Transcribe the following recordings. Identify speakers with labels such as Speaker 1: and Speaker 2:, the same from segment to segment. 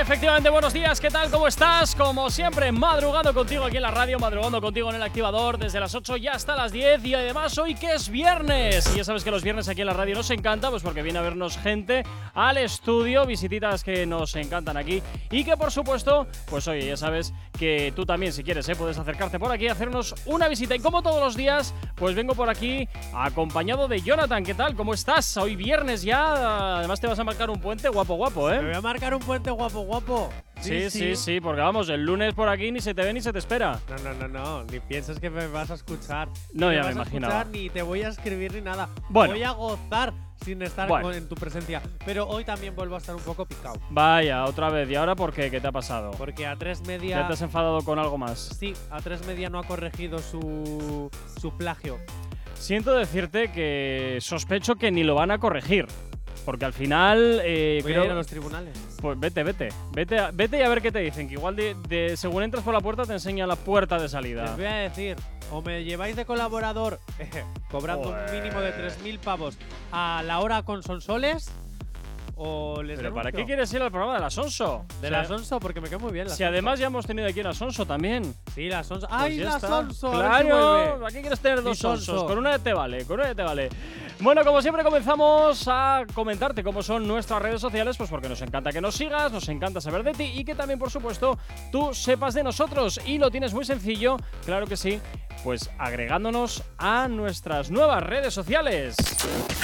Speaker 1: Efectivamente, buenos días, ¿qué tal? ¿Cómo estás? Como siempre, madrugando contigo aquí en la radio, madrugando contigo en el activador desde las 8 y hasta las 10 y además hoy que es viernes. Y ya sabes que los viernes aquí en la radio nos encanta, pues porque viene a vernos gente al estudio, visititas que nos encantan aquí y que por supuesto, pues oye, ya sabes que tú también si quieres, ¿eh? puedes acercarte por aquí, hacernos una visita. Y como todos los días, pues vengo por aquí acompañado de Jonathan, ¿qué tal? ¿Cómo estás? Hoy viernes ya, además te vas a marcar un puente guapo guapo, ¿eh?
Speaker 2: Me voy a marcar un puente guapo, guapo.
Speaker 1: Sí, sí, sí, porque vamos, el lunes por aquí ni se te ve ni se te espera.
Speaker 2: No, no, no, no. Ni piensas que me vas a escuchar.
Speaker 1: No,
Speaker 2: Ni
Speaker 1: ya
Speaker 2: vas
Speaker 1: me
Speaker 2: a
Speaker 1: imaginaba.
Speaker 2: escuchar, Ni te voy a escribir ni nada.
Speaker 1: Bueno.
Speaker 2: Voy a gozar sin estar
Speaker 1: Bueno.
Speaker 2: con- en tu presencia. Pero hoy también vuelvo a estar un poco picado.
Speaker 1: Vaya, otra vez. ¿Y ahora por qué? ¿Qué te ha pasado?
Speaker 2: Porque a tres
Speaker 1: ¿Ya
Speaker 2: media.
Speaker 1: te has enfadado con algo más?
Speaker 2: Sí, a tres media no ha corregido su, su plagio.
Speaker 1: Siento decirte que sospecho que ni lo van a corregir. Porque al final. eh,
Speaker 2: Voy a
Speaker 1: creo-
Speaker 2: ir a los tribunales.
Speaker 1: Pues vete, vete. Vete, a- vete y a ver qué te dicen. Que igual, de, de- según entras por la puerta, te enseña la puerta de salida.
Speaker 2: Les voy a decir, o me lleváis de colaborador cobrando
Speaker 1: Joder.
Speaker 2: un mínimo de 3.000 pavos a la hora con sonsoles, o les
Speaker 1: ¿Pero para qué
Speaker 2: denuncio.
Speaker 1: quieres ir al programa de la Sonso?
Speaker 2: De
Speaker 1: Si
Speaker 2: la
Speaker 1: a-
Speaker 2: Sonso, porque me cae muy bien la
Speaker 1: Si además ya hemos tenido aquí una Sonso también.
Speaker 2: Sí, la Sonso.
Speaker 1: Pues
Speaker 2: ¡Ay,
Speaker 1: ya
Speaker 2: la
Speaker 1: está.
Speaker 2: Sonso! a ver si
Speaker 1: Claro,
Speaker 2: vuelve.
Speaker 1: aquí quieres tener dos
Speaker 2: Sí, Sonso.
Speaker 1: sonsos. Con una ya te vale, con una ya te vale. Bueno, como siempre comenzamos a comentarte cómo son nuestras redes sociales, pues porque nos encanta que nos sigas, nos encanta saber de ti y que también, por supuesto, tú sepas de nosotros. Y lo tienes muy sencillo, claro que sí, pues agregándonos a nuestras nuevas redes sociales.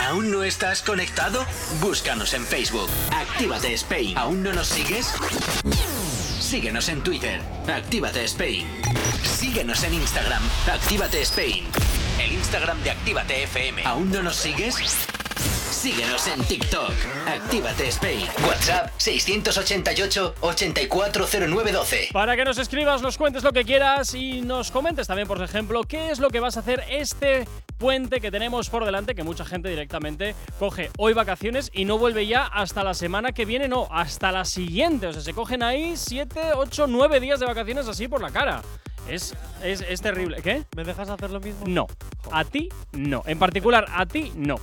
Speaker 3: ¿Aún no estás conectado? Búscanos en Facebook. Actívate Spain. ¿Aún no nos sigues? Síguenos en Twitter. Actívate Spain. Síguenos en Instagram. Actívate Spain. El Instagram de Actívate FM. ¿Aún no nos sigues? Síguenos en TikTok. Actívate Spain. WhatsApp 688 840912.
Speaker 1: Para que nos escribas, nos cuentes lo que quieras y nos comentes también, por ejemplo, qué es lo que vas a hacer este puente que tenemos por delante, que mucha gente directamente coge hoy vacaciones y no vuelve ya hasta la semana que viene, no, hasta la siguiente. O sea, se cogen ahí 7, 8, 9 días de vacaciones así por la cara. Es, es, es terrible. ¿Qué?
Speaker 2: ¿Me dejas hacer lo mismo?
Speaker 1: No. A ti, no. En particular, a ti, no.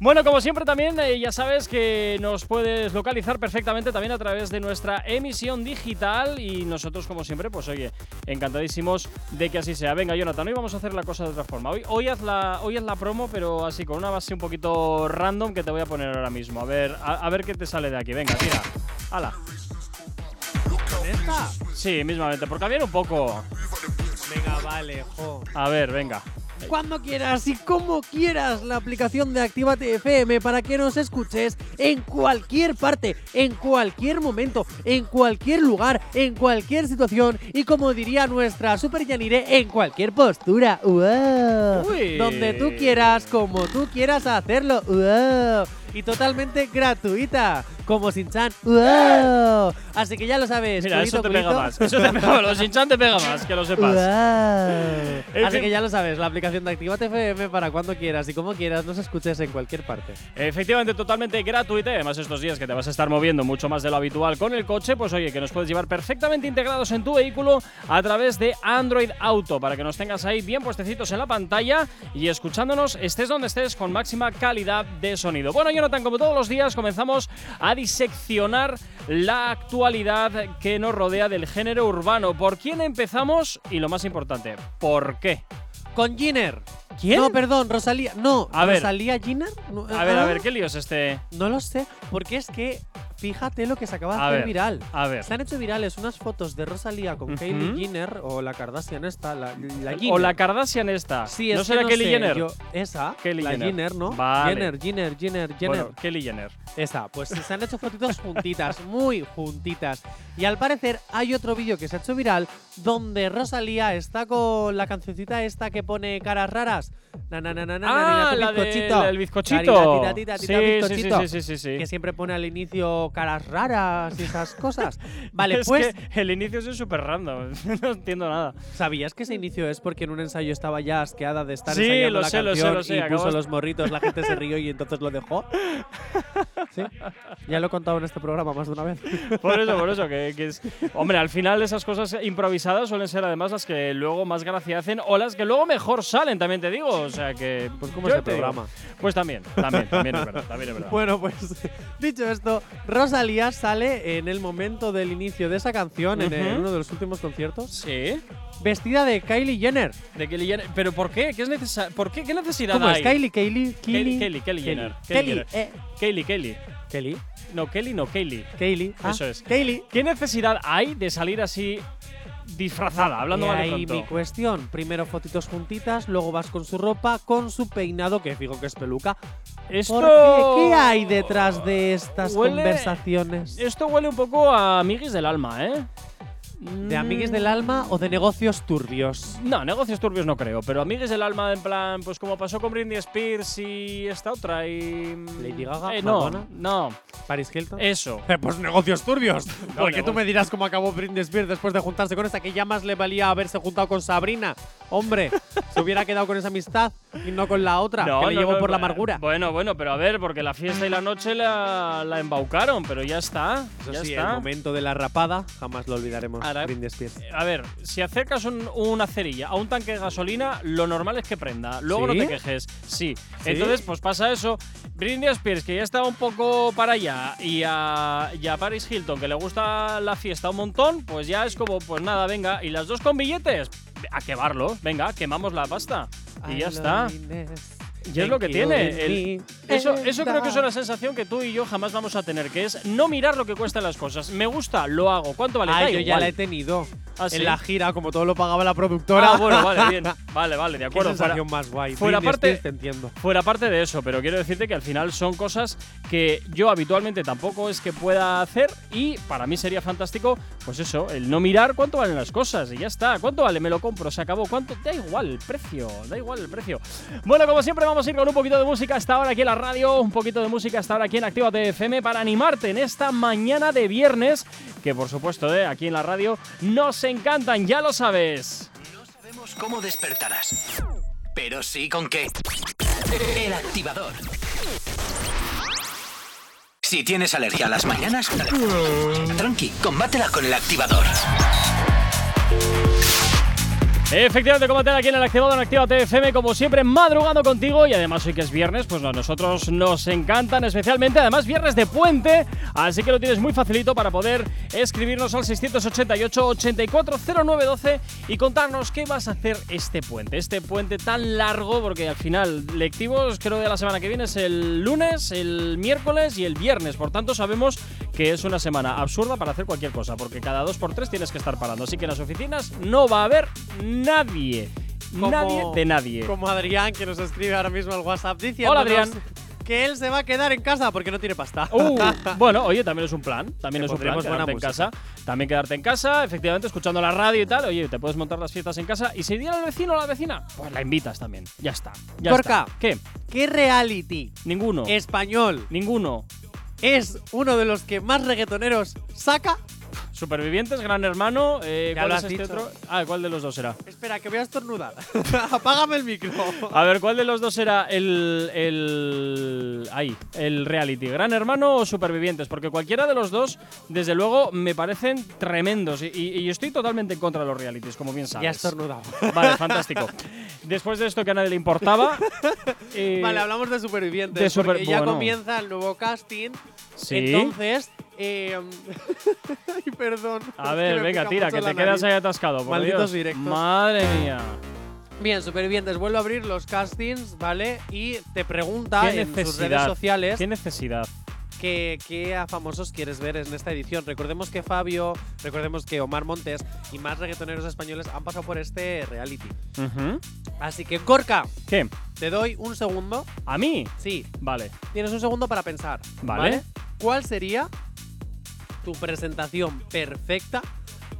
Speaker 1: Bueno, como siempre también, eh, ya sabes que nos puedes localizar perfectamente también a través de nuestra emisión digital y nosotros, como siempre, pues oye, encantadísimos de que así sea. Venga, Jonathan, hoy vamos a hacer la cosa de otra forma. Hoy, hoy, haz, la, hoy haz la promo, pero así, con una base un poquito random que te voy a poner ahora mismo. A ver, a, a ver qué te sale de aquí. Venga, tira. Hala.
Speaker 2: ¿Con esta?
Speaker 1: Sí, mismamente, por cambiar un poco.
Speaker 2: Venga, vale, jo.
Speaker 1: A ver, venga.
Speaker 2: Cuando quieras y como quieras, la aplicación de Actívate FM para que nos escuches en cualquier parte, en cualquier momento, en cualquier lugar, en cualquier situación y como diría nuestra super Yanire, en cualquier postura. ¡Wow!
Speaker 1: Uy.
Speaker 2: Donde tú quieras, como tú quieras hacerlo. ¡Wow! Y totalmente gratuita, como Sinchan. ¡Wow! Así que ya lo sabes.
Speaker 1: Mira, eso
Speaker 2: culito,
Speaker 1: te pega
Speaker 2: culito.
Speaker 1: más. Eso te pega Los hinchas te pega más, que lo sepas. En
Speaker 2: Wow. Así
Speaker 1: fin.
Speaker 2: que ya lo sabes, la aplicación de Actívate FM para cuando quieras y como quieras, nos escuches en cualquier parte.
Speaker 1: Efectivamente, totalmente gratuita. y Además, estos días que te vas a estar moviendo mucho más de lo habitual con el coche, pues oye, que nos puedes llevar perfectamente integrados en tu vehículo a través de Android Auto, para que nos tengas ahí bien puestecitos en la pantalla y escuchándonos, estés donde estés, con máxima calidad de sonido. Bueno, Jonathan, como todos los días, comenzamos a diseccionar la actualidad que nos rodea del género urbano. ¿Por quién empezamos? Y lo más importante, ¿por qué?
Speaker 2: Con Giner.
Speaker 1: ¿Quién?
Speaker 2: No, perdón, Rosalía. No,
Speaker 1: A ver.
Speaker 2: Rosalía Giner. No,
Speaker 1: A ver, a
Speaker 2: ah,
Speaker 1: ver, ¿qué lío es este?
Speaker 2: No lo sé, porque es que fíjate lo que se acaba de
Speaker 1: A
Speaker 2: hacer
Speaker 1: ver,
Speaker 2: viral.
Speaker 1: a ver.
Speaker 2: Se han hecho virales unas fotos de Rosalía con
Speaker 1: Ujú.
Speaker 2: Kylie Jenner o la Kardashian esta, la, la
Speaker 1: O
Speaker 2: Jenner.
Speaker 1: la Kardashian esta.
Speaker 2: Sí, es
Speaker 1: ¿No
Speaker 2: que
Speaker 1: será Kelly
Speaker 2: sé,
Speaker 1: Jenner?
Speaker 2: yo- esa,
Speaker 1: Kylie
Speaker 2: la
Speaker 1: Jenner.
Speaker 2: Jenner, ¿no?
Speaker 1: Vale.
Speaker 2: Jenner, Jenner, Jenner, Jenner.
Speaker 1: Bueno, Kelly Jenner.
Speaker 2: Esa, pues se han hecho fotitos juntitas, muy juntitas. Y al parecer hay otro vídeo que se ha hecho viral donde Rosalía está con la cancioncita esta que pone caras raras. Na, na, na, na, na, na, na,
Speaker 1: Ah,
Speaker 2: tu
Speaker 1: la de-
Speaker 2: bizcochito.
Speaker 1: la del bizcochito.
Speaker 2: Cari, la tita, tita, tita,
Speaker 1: Sí,
Speaker 2: bizcochito.
Speaker 1: sí, sí, sí, sí, sí.
Speaker 2: Que siempre pone al inicio caras raras y esas cosas. Vale,
Speaker 1: Es
Speaker 2: pues
Speaker 1: que el inicio es súper random. no entiendo nada.
Speaker 2: ¿Sabías que ese inicio es porque en un ensayo estaba ya asqueada de estar
Speaker 1: Sí,
Speaker 2: ensayando
Speaker 1: lo
Speaker 2: la
Speaker 1: sé, lo sé,
Speaker 2: canción
Speaker 1: lo sé,
Speaker 2: y
Speaker 1: acabas-
Speaker 2: puso los morritos, la gente se rió y entonces lo dejó? Sí. Ya lo he contado en este programa más de una vez.
Speaker 1: Por eso, por eso. Que, que es- Hombre, al final esas cosas improvisadas suelen ser además las que luego más gracia hacen o las que luego mejor salen, también te digo. O sea que.
Speaker 2: Pues como
Speaker 1: yo
Speaker 2: este
Speaker 1: te digo.
Speaker 2: programa.
Speaker 1: Pues también, también, también es verdad. También es verdad.
Speaker 2: Bueno, pues dicho esto, Rosalía sale en el momento del inicio de esa canción, en eh,
Speaker 1: Ujú.
Speaker 2: uno de los últimos conciertos,
Speaker 1: Sí,
Speaker 2: vestida de Kylie Jenner.
Speaker 1: de Kylie Jenner. ¿Pero por qué? ¿Qué, es necesa- ¿Por qué? ¿Qué necesidad
Speaker 2: ¿Cómo es?
Speaker 1: hay?
Speaker 2: Kylie, Kylie, Kylie.
Speaker 1: Kelly, Kelly Jenner. Kelly
Speaker 2: Kelly,
Speaker 1: Jenner.
Speaker 2: eh,
Speaker 1: Kylie, Kylie.
Speaker 2: Kelly.
Speaker 1: No, Kelly, no, Kylie.
Speaker 2: Kylie. Ah,
Speaker 1: Eso es.
Speaker 2: Kylie.
Speaker 1: ¿Qué necesidad hay de salir así disfrazada, hablando
Speaker 2: Y
Speaker 1: mal y
Speaker 2: ahí mi
Speaker 1: pronto?
Speaker 2: cuestión. Primero fotitos juntitas, luego vas con su ropa, con su peinado, que digo que es peluca.
Speaker 1: Esto...
Speaker 2: ¿Por qué? ¿Qué hay detrás de estas
Speaker 1: Huele-
Speaker 2: conversaciones?
Speaker 1: Esto huele un poco a amiguis del alma, ¿eh?
Speaker 2: ¿De amigues del alma o de negocios turbios?
Speaker 1: Mm, No, negocios turbios no creo, pero amiguis del alma en plan, pues como pasó con Britney Spears y esta otra y...
Speaker 2: Lady Gaga,
Speaker 1: Eh, no,
Speaker 2: Madonna.
Speaker 1: no,
Speaker 2: ¿Paris Hilton?
Speaker 1: eso.
Speaker 2: Eh, pues negocios turbios. Porque
Speaker 1: negocio.
Speaker 2: tú me dirás cómo acabó Britney Spears después de juntarse con esta, que ya más le valía haberse juntado con Sabrina. Hombre, se hubiera quedado con esa amistad y no con la otra,
Speaker 1: No,
Speaker 2: que le
Speaker 1: no,
Speaker 2: llevó
Speaker 1: no,
Speaker 2: por la
Speaker 1: eh,
Speaker 2: amargura.
Speaker 1: Bueno, bueno, pero a ver, porque la fiesta y la noche la, la embaucaron, pero ya está.
Speaker 2: Eso
Speaker 1: ya
Speaker 2: sí,
Speaker 1: está.
Speaker 2: el momento de la rapada jamás lo olvidaremos.
Speaker 1: Ahora-
Speaker 2: Britney Spears.
Speaker 1: Eh, A ver, si acercas un- una cerilla a un tanque de gasolina, lo normal es que prenda. Luego
Speaker 2: ¿Sí?
Speaker 1: no te quejes. Sí. Entonces, pues pasa eso. Britney Spears, que ya está un poco para allá, y a, y a Paris Hilton, que le gusta la fiesta un montón, pues ya es como, pues nada, venga. Y las dos con billetes, a quemarlos. Venga, quemamos la pasta. Y ya está. Y es lo que tiene. el-
Speaker 2: Eh,
Speaker 1: eso, eso creo que es una sensación que tú y yo jamás vamos a tener, que es no mirar lo que cuestan las cosas. Me gusta, lo hago. ¿Cuánto vale? Da
Speaker 2: Ay, Ah, yo ya
Speaker 1: igual.
Speaker 2: la he tenido.
Speaker 1: ¿Ah, sí?
Speaker 2: En la gira, como todo lo pagaba la productora.
Speaker 1: Ah, bueno, vale, bien. Vale, vale, de
Speaker 2: Qué
Speaker 1: acuerdo. Fuera,
Speaker 2: sensación más guay.
Speaker 1: fuera
Speaker 2: Britney
Speaker 1: parte-
Speaker 2: Spears, te entiendo.
Speaker 1: fuera parte de eso, pero quiero decirte que al final son cosas que yo habitualmente tampoco es que pueda hacer y para mí sería fantástico, pues eso, el no mirar cuánto valen las cosas y ya está. ¿Cuánto vale? Me lo compro, se acabó. ¿Cuánto? Da igual el precio, da igual el precio. Bueno, como siempre vamos a ir con un poquito de música hasta ahora aquí en la radio, un poquito de música hasta ahora aquí en Activa FM para animarte en esta mañana de viernes, que por supuesto, eh, aquí en la radio nos encantan, ya lo sabes.
Speaker 3: No sabemos cómo despertarás, pero sí con qué. El activador. Si tienes alergia a las mañanas, tranqui, combátela con el activador.
Speaker 1: Efectivamente, como te aquí en el activador en Activa TFM, como siempre, madrugando contigo. Y además, hoy que es viernes, pues a nosotros nos encantan, especialmente, además, viernes de puente. Así que lo tienes muy facilito para poder escribirnos al 688-840912 y contarnos qué vas a hacer este puente. Este puente tan largo, porque al final, lectivos, creo de la semana que viene es el lunes, el miércoles y el viernes. Por tanto, sabemos que es una semana absurda para hacer cualquier cosa, porque cada dos por tres tienes que estar parando. Así que en las oficinas no va a haber nadie.
Speaker 2: como-
Speaker 1: nadie de nadie.
Speaker 2: Como Adrián, que nos escribe ahora mismo al WhatsApp diciendo
Speaker 1: Hola, Adrián.
Speaker 2: que él se va a quedar en casa porque no tiene pasta.
Speaker 1: Uh, bueno, oye, también es un plan. También
Speaker 2: Te
Speaker 1: es un plan
Speaker 2: pondremos buena
Speaker 1: quedarte en
Speaker 2: música.
Speaker 1: casa. También quedarte en casa, efectivamente, escuchando la radio y tal. Oye, te puedes montar las fiestas en casa. Y si viene el vecino o la vecina, pues la invitas también. Ya está. Ya
Speaker 2: Gorka.
Speaker 1: está. ¿Qué?
Speaker 2: ¿Qué reality
Speaker 1: Ninguno.
Speaker 2: español
Speaker 1: Ninguno.
Speaker 2: es uno de los que más reggaetoneros saca?
Speaker 1: Supervivientes, Gran Hermano. eh,
Speaker 2: Ya
Speaker 1: ¿Cuál
Speaker 2: lo
Speaker 1: es
Speaker 2: has
Speaker 1: este
Speaker 2: dicho.
Speaker 1: otro? Ah, ¿cuál de los dos era?
Speaker 2: Espera, que voy a estornudar. Apágame el micro.
Speaker 1: A ver, ¿cuál de los dos era el. el. ahí, el reality? ¿Gran Hermano o Supervivientes? Porque cualquiera de los dos, desde luego, me parecen tremendos. Y, y- y estoy totalmente en contra de los realities, como bien
Speaker 2: Ya he
Speaker 1: sabes.
Speaker 2: estornudado.
Speaker 1: Vale, fantástico. Después de esto que a nadie le importaba. eh,
Speaker 2: Vale, hablamos de supervivientes.
Speaker 1: de super-
Speaker 2: porque ya
Speaker 1: bueno.
Speaker 2: comienza el nuevo casting.
Speaker 1: Sí.
Speaker 2: Entonces. eh, ay, perdón.
Speaker 1: A
Speaker 2: Es
Speaker 1: ver,
Speaker 2: que me
Speaker 1: venga,
Speaker 2: pica
Speaker 1: tira,
Speaker 2: mucho
Speaker 1: que
Speaker 2: la
Speaker 1: te quedas
Speaker 2: nariz.
Speaker 1: ahí atascado. por
Speaker 2: Malditos
Speaker 1: Dios.
Speaker 2: directos.
Speaker 1: Madre mía.
Speaker 2: Bien, supervivientes, vuelvo a abrir los castings, ¿vale? Y te pregunta
Speaker 1: qué
Speaker 2: en sus
Speaker 1: necesidad.
Speaker 2: redes sociales
Speaker 1: Qué necesidad.
Speaker 2: que- qué a famosos quieres ver en esta edición. Recordemos que Fabio, recordemos que Omar Montes y más reggaetoneros españoles han pasado por este reality.
Speaker 1: Ujú.
Speaker 2: Así que, Gorka,
Speaker 1: ¿Qué?
Speaker 2: te doy un segundo.
Speaker 1: ¿A mí?
Speaker 2: Sí,
Speaker 1: Vale.
Speaker 2: tienes un segundo para pensar.
Speaker 1: Vale.
Speaker 2: ¿Cuál sería tu presentación perfecta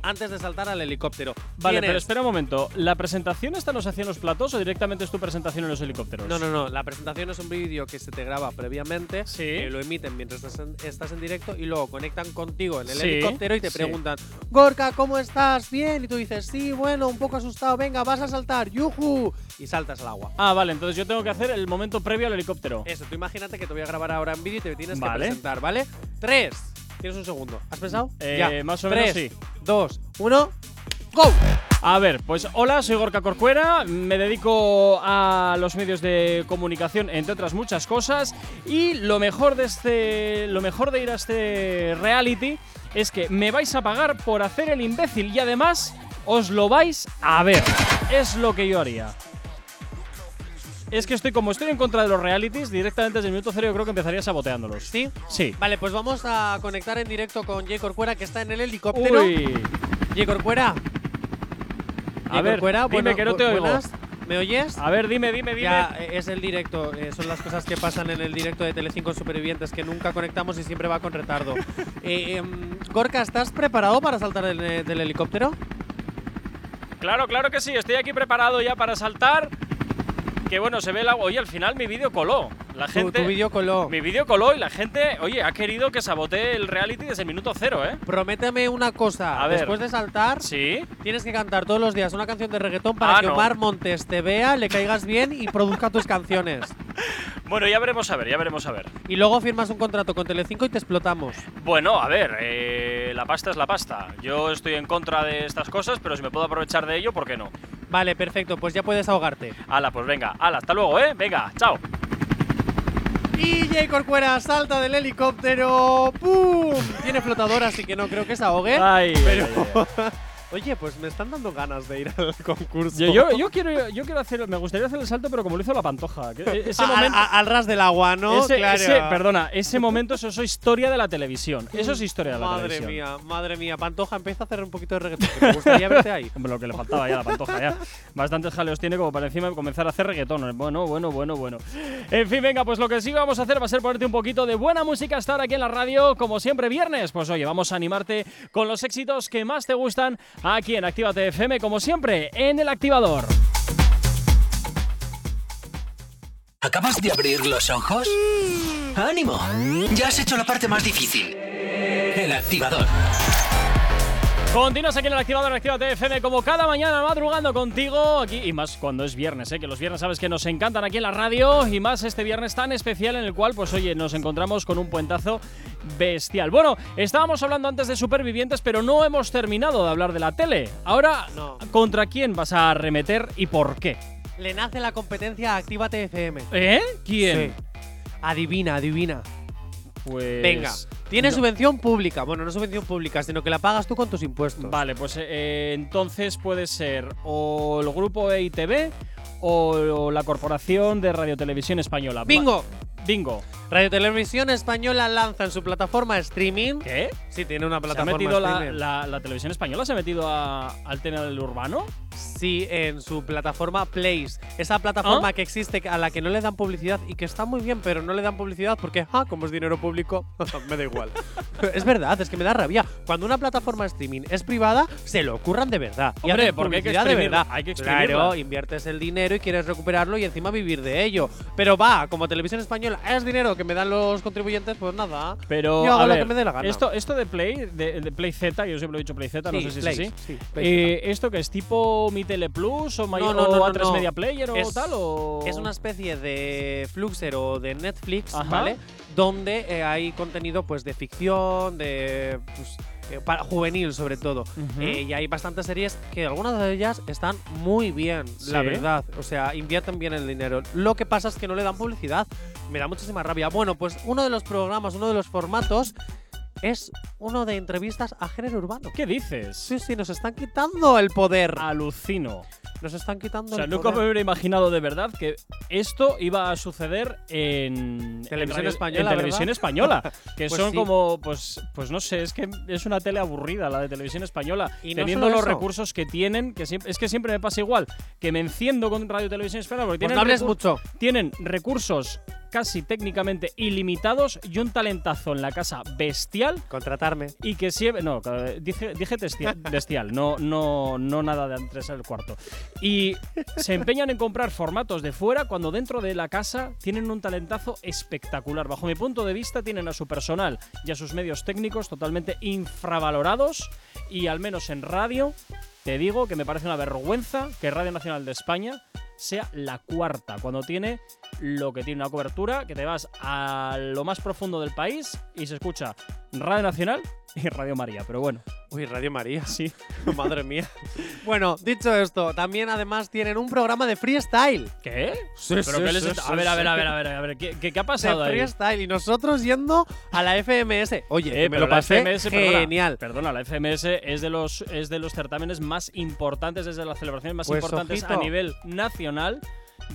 Speaker 2: antes de saltar al helicóptero.
Speaker 1: Vale,
Speaker 2: ¿Quién
Speaker 1: pero
Speaker 2: es?
Speaker 1: espera un momento. ¿La presentación esta nos hacía en los platos o directamente es tu presentación en los helicópteros?
Speaker 2: No, no, no. La presentación es un vídeo que se te graba previamente,
Speaker 1: Sí.
Speaker 2: que Eh, lo emiten mientras estás en, estás en directo y luego conectan contigo en el
Speaker 1: Sí,
Speaker 2: helicóptero y te
Speaker 1: sí.
Speaker 2: preguntan,
Speaker 4: Gorka, ¿cómo estás? Bien. Y tú dices, sí, bueno, un poco asustado. Venga, vas a saltar. Yuju.
Speaker 2: y saltas al agua.
Speaker 1: Ah, vale, entonces yo tengo que hacer el momento previo al helicóptero.
Speaker 2: Eso, tú imagínate que te voy a grabar ahora en vídeo y te tienes que
Speaker 1: Vale.
Speaker 2: presentar, ¿vale? Tres. Tienes un segundo. ¿Has pensado?
Speaker 1: Eh,
Speaker 2: ya.
Speaker 1: más o
Speaker 2: Tres,
Speaker 1: menos sí.
Speaker 2: Dos.
Speaker 4: Uno. ¡Go!
Speaker 1: A ver, pues hola, soy Gorka Corcuera, me dedico a los medios de comunicación, entre otras muchas cosas, y lo mejor de este. Lo mejor de ir a este reality es que me vais a pagar por hacer el imbécil y además os lo vais a ver. Es lo que yo haría. Es que estoy, como estoy en contra de los realities, directamente desde el minuto cero yo creo que empezaría saboteándolos.
Speaker 2: ¿Sí?
Speaker 1: Sí.
Speaker 2: Vale, pues vamos a conectar en directo con Jay Corcuera, que está en el helicóptero.
Speaker 1: Uy.
Speaker 2: Jay Corcuera.
Speaker 1: A ver, dime que no te oigo.
Speaker 2: buenas. ¿Me oyes?
Speaker 1: A ver, dime, dime, dime.
Speaker 2: Ya, eh, es el directo, eh, son las cosas que pasan en el directo de Telecinco en Supervivientes, que nunca conectamos y siempre va con retardo. Eh, em, Gorka, ¿estás preparado para saltar del, eh, del helicóptero?
Speaker 1: Claro, claro que sí, estoy aquí preparado ya para saltar. Que bueno, se ve el agua. Oye, al final mi vídeo coló. La
Speaker 2: Tu,
Speaker 1: gente.
Speaker 2: tu vídeo coló.
Speaker 1: Mi vídeo coló y la gente, oye, ha querido que sabotee el reality desde el minuto cero, ¿eh?
Speaker 2: Prométeme una cosa.
Speaker 1: A ver.
Speaker 2: Después de saltar,
Speaker 1: Sí.
Speaker 2: tienes que cantar todos los días una canción de reggaetón para
Speaker 1: Ah,
Speaker 2: que
Speaker 1: no.
Speaker 2: Omar Montes te vea, le caigas bien y produzca tus canciones.
Speaker 1: Bueno, ya veremos a ver, ya veremos a ver.
Speaker 2: Y luego firmas un contrato con Telecinco y te explotamos.
Speaker 1: Bueno, a ver, eh, la pasta es la pasta. Yo estoy en contra de estas cosas, pero si me puedo aprovechar de ello, ¿por qué no?
Speaker 2: Vale, perfecto, pues ya puedes ahogarte.
Speaker 1: Hala, pues venga, hala, hasta luego, ¿eh? Venga, chao.
Speaker 2: Y Jay Corcuera salta del helicóptero. ¡Pum! Tiene flotador, así que no creo que se ahogue.
Speaker 1: Ay,
Speaker 2: Pero-
Speaker 1: ay, ay, ay.
Speaker 2: Oye, pues me están dando ganas de ir al concurso.
Speaker 1: Yo, yo- yo quiero, yo quiero hacer, me gustaría hacer el salto, pero como lo hizo la pantoja. que e- Ese
Speaker 2: A- a-
Speaker 1: momento,
Speaker 2: a- al ras del agua, ¿no?
Speaker 1: ese,
Speaker 2: Claro.
Speaker 1: ese- perdona, ese momento, eso es historia de la televisión. Eso es historia de la
Speaker 2: Madre
Speaker 1: televisión.
Speaker 2: mía, madre mía. Pantoja, empieza a hacer un poquito de reggaetón. que Me gustaría verte ahí.
Speaker 1: Hombre, lo que le faltaba ya a la pantoja, ya. Bastantes jaleos tiene como para encima comenzar a hacer reggaetón. Bueno, bueno, bueno, bueno. En fin, venga, pues lo que sí vamos a hacer va a ser ponerte un poquito de buena música, estar aquí en la radio, como siempre, viernes. Pues oye, vamos a animarte con los éxitos que más te gustan aquí en Actívate FM, como siempre, en el activador.
Speaker 3: ¿Acabas de abrir los ojos? ¡Ánimo! Ya has hecho la parte más difícil. El activador.
Speaker 1: Continuas aquí en el Activador en Actívate FM como cada mañana madrugando contigo aquí y más cuando es viernes, ¿eh? que los viernes sabes que nos encantan aquí en la radio y más este viernes tan especial en el cual pues oye nos encontramos con un puentazo bestial. Bueno, estábamos hablando antes de supervivientes pero no hemos terminado de hablar de la tele. Ahora,
Speaker 2: No.
Speaker 1: ¿contra quién vas a arremeter y por qué?
Speaker 2: Le nace la competencia Activa TFM.
Speaker 1: ¿Eh? ¿Quién?
Speaker 2: Adivina, adivina.
Speaker 1: Pues...
Speaker 2: Venga. Tiene
Speaker 1: no.
Speaker 2: subvención pública. Bueno, no subvención pública, sino que la pagas tú con tus impuestos.
Speaker 1: Vale, pues eh, entonces puede ser o el grupo E EITB o la Corporación de Radiotelevisión Española. Va-
Speaker 2: ¡Bingo!
Speaker 1: Bingo.
Speaker 2: Radio Televisión Española lanza en su plataforma streaming.
Speaker 1: ¿Qué?
Speaker 2: Sí, tiene una
Speaker 1: ¿Se ha
Speaker 2: plataforma
Speaker 1: metido la,
Speaker 2: streaming.
Speaker 1: la- la televisión española? ¿Se ha metido a- al tema del urbano?
Speaker 2: Sí, en su plataforma Place. Esa plataforma
Speaker 1: ¿Ah?
Speaker 2: que existe a la que no le dan publicidad y que está muy bien, pero no le dan publicidad porque, ah, como es dinero público, me da igual. es verdad, es que me da rabia. Cuando una plataforma streaming es privada, se lo ocurran de verdad. Y
Speaker 1: Hombre,
Speaker 2: hacen
Speaker 1: porque hay que
Speaker 2: publicidad de
Speaker 1: exprimirla,
Speaker 2: verdad.
Speaker 1: hay que
Speaker 2: Claro,
Speaker 1: exprimirla.
Speaker 2: inviertes el dinero y quieres recuperarlo y encima vivir de ello. Pero va, como televisión española es dinero que me dan los contribuyentes, pues nada.
Speaker 1: Pero.
Speaker 2: Yo hago
Speaker 1: a
Speaker 2: lo
Speaker 1: ver,
Speaker 2: que me dé la gana.
Speaker 1: Esto, esto de Play, de, de Play Z, yo siempre lo he dicho Play Z, no
Speaker 2: Sí,
Speaker 1: sé si
Speaker 2: Place,
Speaker 1: es así.
Speaker 2: sí, Place.
Speaker 1: Eh, ¿Esto que es tipo Mi Tele Plus o, My-
Speaker 2: No, no,
Speaker 1: o
Speaker 2: no, no,
Speaker 1: A3
Speaker 2: no.
Speaker 1: Media Player o tal? O...
Speaker 2: es una especie de Fluxer o de Netflix,
Speaker 1: Ajá.
Speaker 2: ¿vale? Donde eh, hay contenido pues de ficción, de pues, eh, para juvenil sobre todo.
Speaker 1: Ujú.
Speaker 2: Eh, y hay bastantes series que algunas de ellas están muy bien, la
Speaker 1: Sí.
Speaker 2: verdad. O sea, invierten bien el dinero. Lo que pasa es que no le dan publicidad. Me da muchísima rabia. Bueno, pues uno de los programas, uno de los formatos es uno de entrevistas a género urbano.
Speaker 1: ¿Qué dices?
Speaker 2: Sí, sí, nos están quitando el poder.
Speaker 1: Alucino.
Speaker 2: Nos están quitando.
Speaker 1: Ah. O sea,
Speaker 2: el
Speaker 1: nunca me
Speaker 2: poder.
Speaker 1: hubiera imaginado de verdad que esto iba a suceder en
Speaker 2: Televisión
Speaker 1: en radio-
Speaker 2: española,
Speaker 1: en
Speaker 2: ¿verdad?
Speaker 1: televisión española, que
Speaker 2: Pues
Speaker 1: son
Speaker 2: sí.
Speaker 1: como pues pues no sé, es que es una tele aburrida la de televisión española,
Speaker 2: Y no
Speaker 1: teniendo
Speaker 2: solo
Speaker 1: los
Speaker 2: eso.
Speaker 1: recursos que tienen, que siempre, es que siempre me pasa igual, que me enciendo con radio televisión española porque
Speaker 2: Pues
Speaker 1: tienen
Speaker 2: no hables
Speaker 1: recur-
Speaker 2: mucho.
Speaker 1: tienen recursos casi técnicamente ilimitados y un talentazo en la casa bestial
Speaker 2: Contratarme.
Speaker 1: y que siempre. No, eh, dije, dije testia- bestial, no, no, no nada de antes al cuarto. Y se empeñan en comprar formatos de fuera cuando dentro de la casa tienen un talentazo espectacular. Bajo mi punto de vista, tienen a su personal y a sus medios técnicos totalmente infravalorados y al menos en radio. Te digo que me parece una vergüenza que Radio Nacional de España sea la cuarta, cuando tiene lo que tiene una cobertura, que te vas a lo más profundo del país y se escucha Radio Nacional y Radio María, pero bueno,
Speaker 2: Uy, Radio María.
Speaker 1: sí.
Speaker 2: Madre mía. Bueno, dicho esto, también además tienen un programa de freestyle.
Speaker 1: ¿Qué?
Speaker 2: Sí,
Speaker 1: ¿Pero
Speaker 2: sí,
Speaker 1: qué
Speaker 2: sí,
Speaker 1: les-
Speaker 2: sí,
Speaker 1: a, ver,
Speaker 2: sí.
Speaker 1: a ver, a ver, a ver, a ver, ¿qué, qué- qué ha
Speaker 2: De
Speaker 1: pasado ahí?
Speaker 2: freestyle. Y nosotros yendo a la FMS. Oye,
Speaker 1: Eh,
Speaker 2: que me
Speaker 1: pero
Speaker 2: lo
Speaker 1: la
Speaker 2: pasé
Speaker 1: FMS, perdona,
Speaker 2: genial.
Speaker 1: Perdona, la FMS es de los es de los certámenes más importantes, es de las celebraciones más
Speaker 2: Pues,
Speaker 1: importantes a
Speaker 2: ojito.
Speaker 1: nivel nacional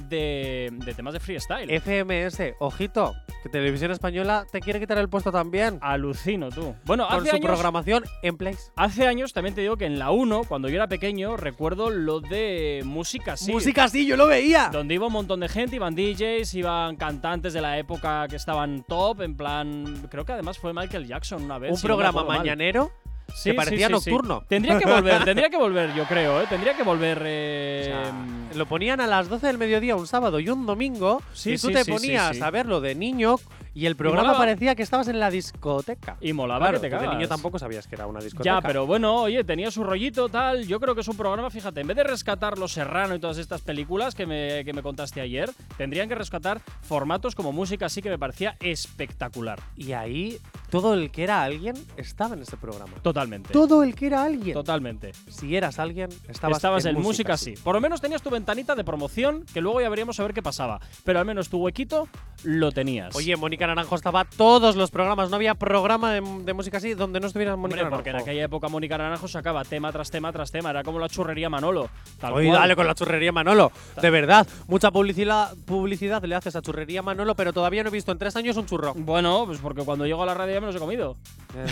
Speaker 1: de, de temas de freestyle.
Speaker 2: FMS, ojito, que Televisión Española te quiere quitar el puesto también.
Speaker 1: Alucino tú. Bueno,
Speaker 2: con
Speaker 1: Ah, hace
Speaker 2: su
Speaker 1: años,
Speaker 2: programación en place.
Speaker 1: hace años también te digo que en la 1, cuando yo era pequeño, recuerdo lo de música sí.
Speaker 2: Música sí, yo lo veía.
Speaker 1: Donde iba un montón de gente, iban DJs, iban cantantes de la época que estaban top, en plan. Creo que además fue Michael Jackson una vez.
Speaker 2: un
Speaker 1: si no me
Speaker 2: programa
Speaker 1: acuerdo mal.
Speaker 2: mañanero.
Speaker 1: Sí,
Speaker 2: que parecía
Speaker 1: sí, sí, sí.
Speaker 2: nocturno.
Speaker 1: Tendría que volver, tendría que volver, yo creo, ¿eh? Tendría que volver. eh,
Speaker 2: O sea, Em, lo ponían a las 12 del mediodía un sábado y un domingo
Speaker 1: Sí,
Speaker 2: y tú
Speaker 1: sí,
Speaker 2: te
Speaker 1: sí, sí,
Speaker 2: ponías
Speaker 1: sí.
Speaker 2: a verlo de niño y el programa
Speaker 1: molaba.
Speaker 2: parecía que estabas en la discoteca.
Speaker 1: Y molaba
Speaker 2: Claro,
Speaker 1: que te
Speaker 2: tú de
Speaker 1: cagas.
Speaker 2: niño tampoco sabías que era una discoteca.
Speaker 1: Ya, pero bueno, oye, tenía su rollito tal. Yo creo que es un programa, fíjate, en vez de rescatar Los Serrano y todas estas películas que me, que me contaste ayer, tendrían que rescatar formatos como música, así que me parecía espectacular.
Speaker 2: Y ahí todo el que era alguien estaba en ese programa.
Speaker 1: Totalmente.
Speaker 2: Todo el que era alguien.
Speaker 1: Totalmente.
Speaker 2: Si eras alguien, estabas,
Speaker 1: Estabas en música,
Speaker 2: sí.
Speaker 1: sí. Por lo menos tenías tu ventanita de promoción, que luego ya veríamos a ver qué pasaba. Pero al menos tu huequito lo tenías.
Speaker 2: Oye, Mónica Naranjo estaba todos los programas. No había programa de, de música así donde no estuviera Mónica
Speaker 1: Hombre,
Speaker 2: Naranjo.
Speaker 1: porque en aquella época Mónica Naranjo sacaba tema tras tema tras tema. Era como la churrería Manolo. Tal
Speaker 2: Oye,
Speaker 1: cual.
Speaker 2: dale con la churrería Manolo. De verdad, mucha publicidad, publicidad le haces a churrería Manolo, pero todavía no he visto en tres años un churro.
Speaker 1: Bueno, pues porque cuando llego a la radio ya me los he comido.
Speaker 2: Eh.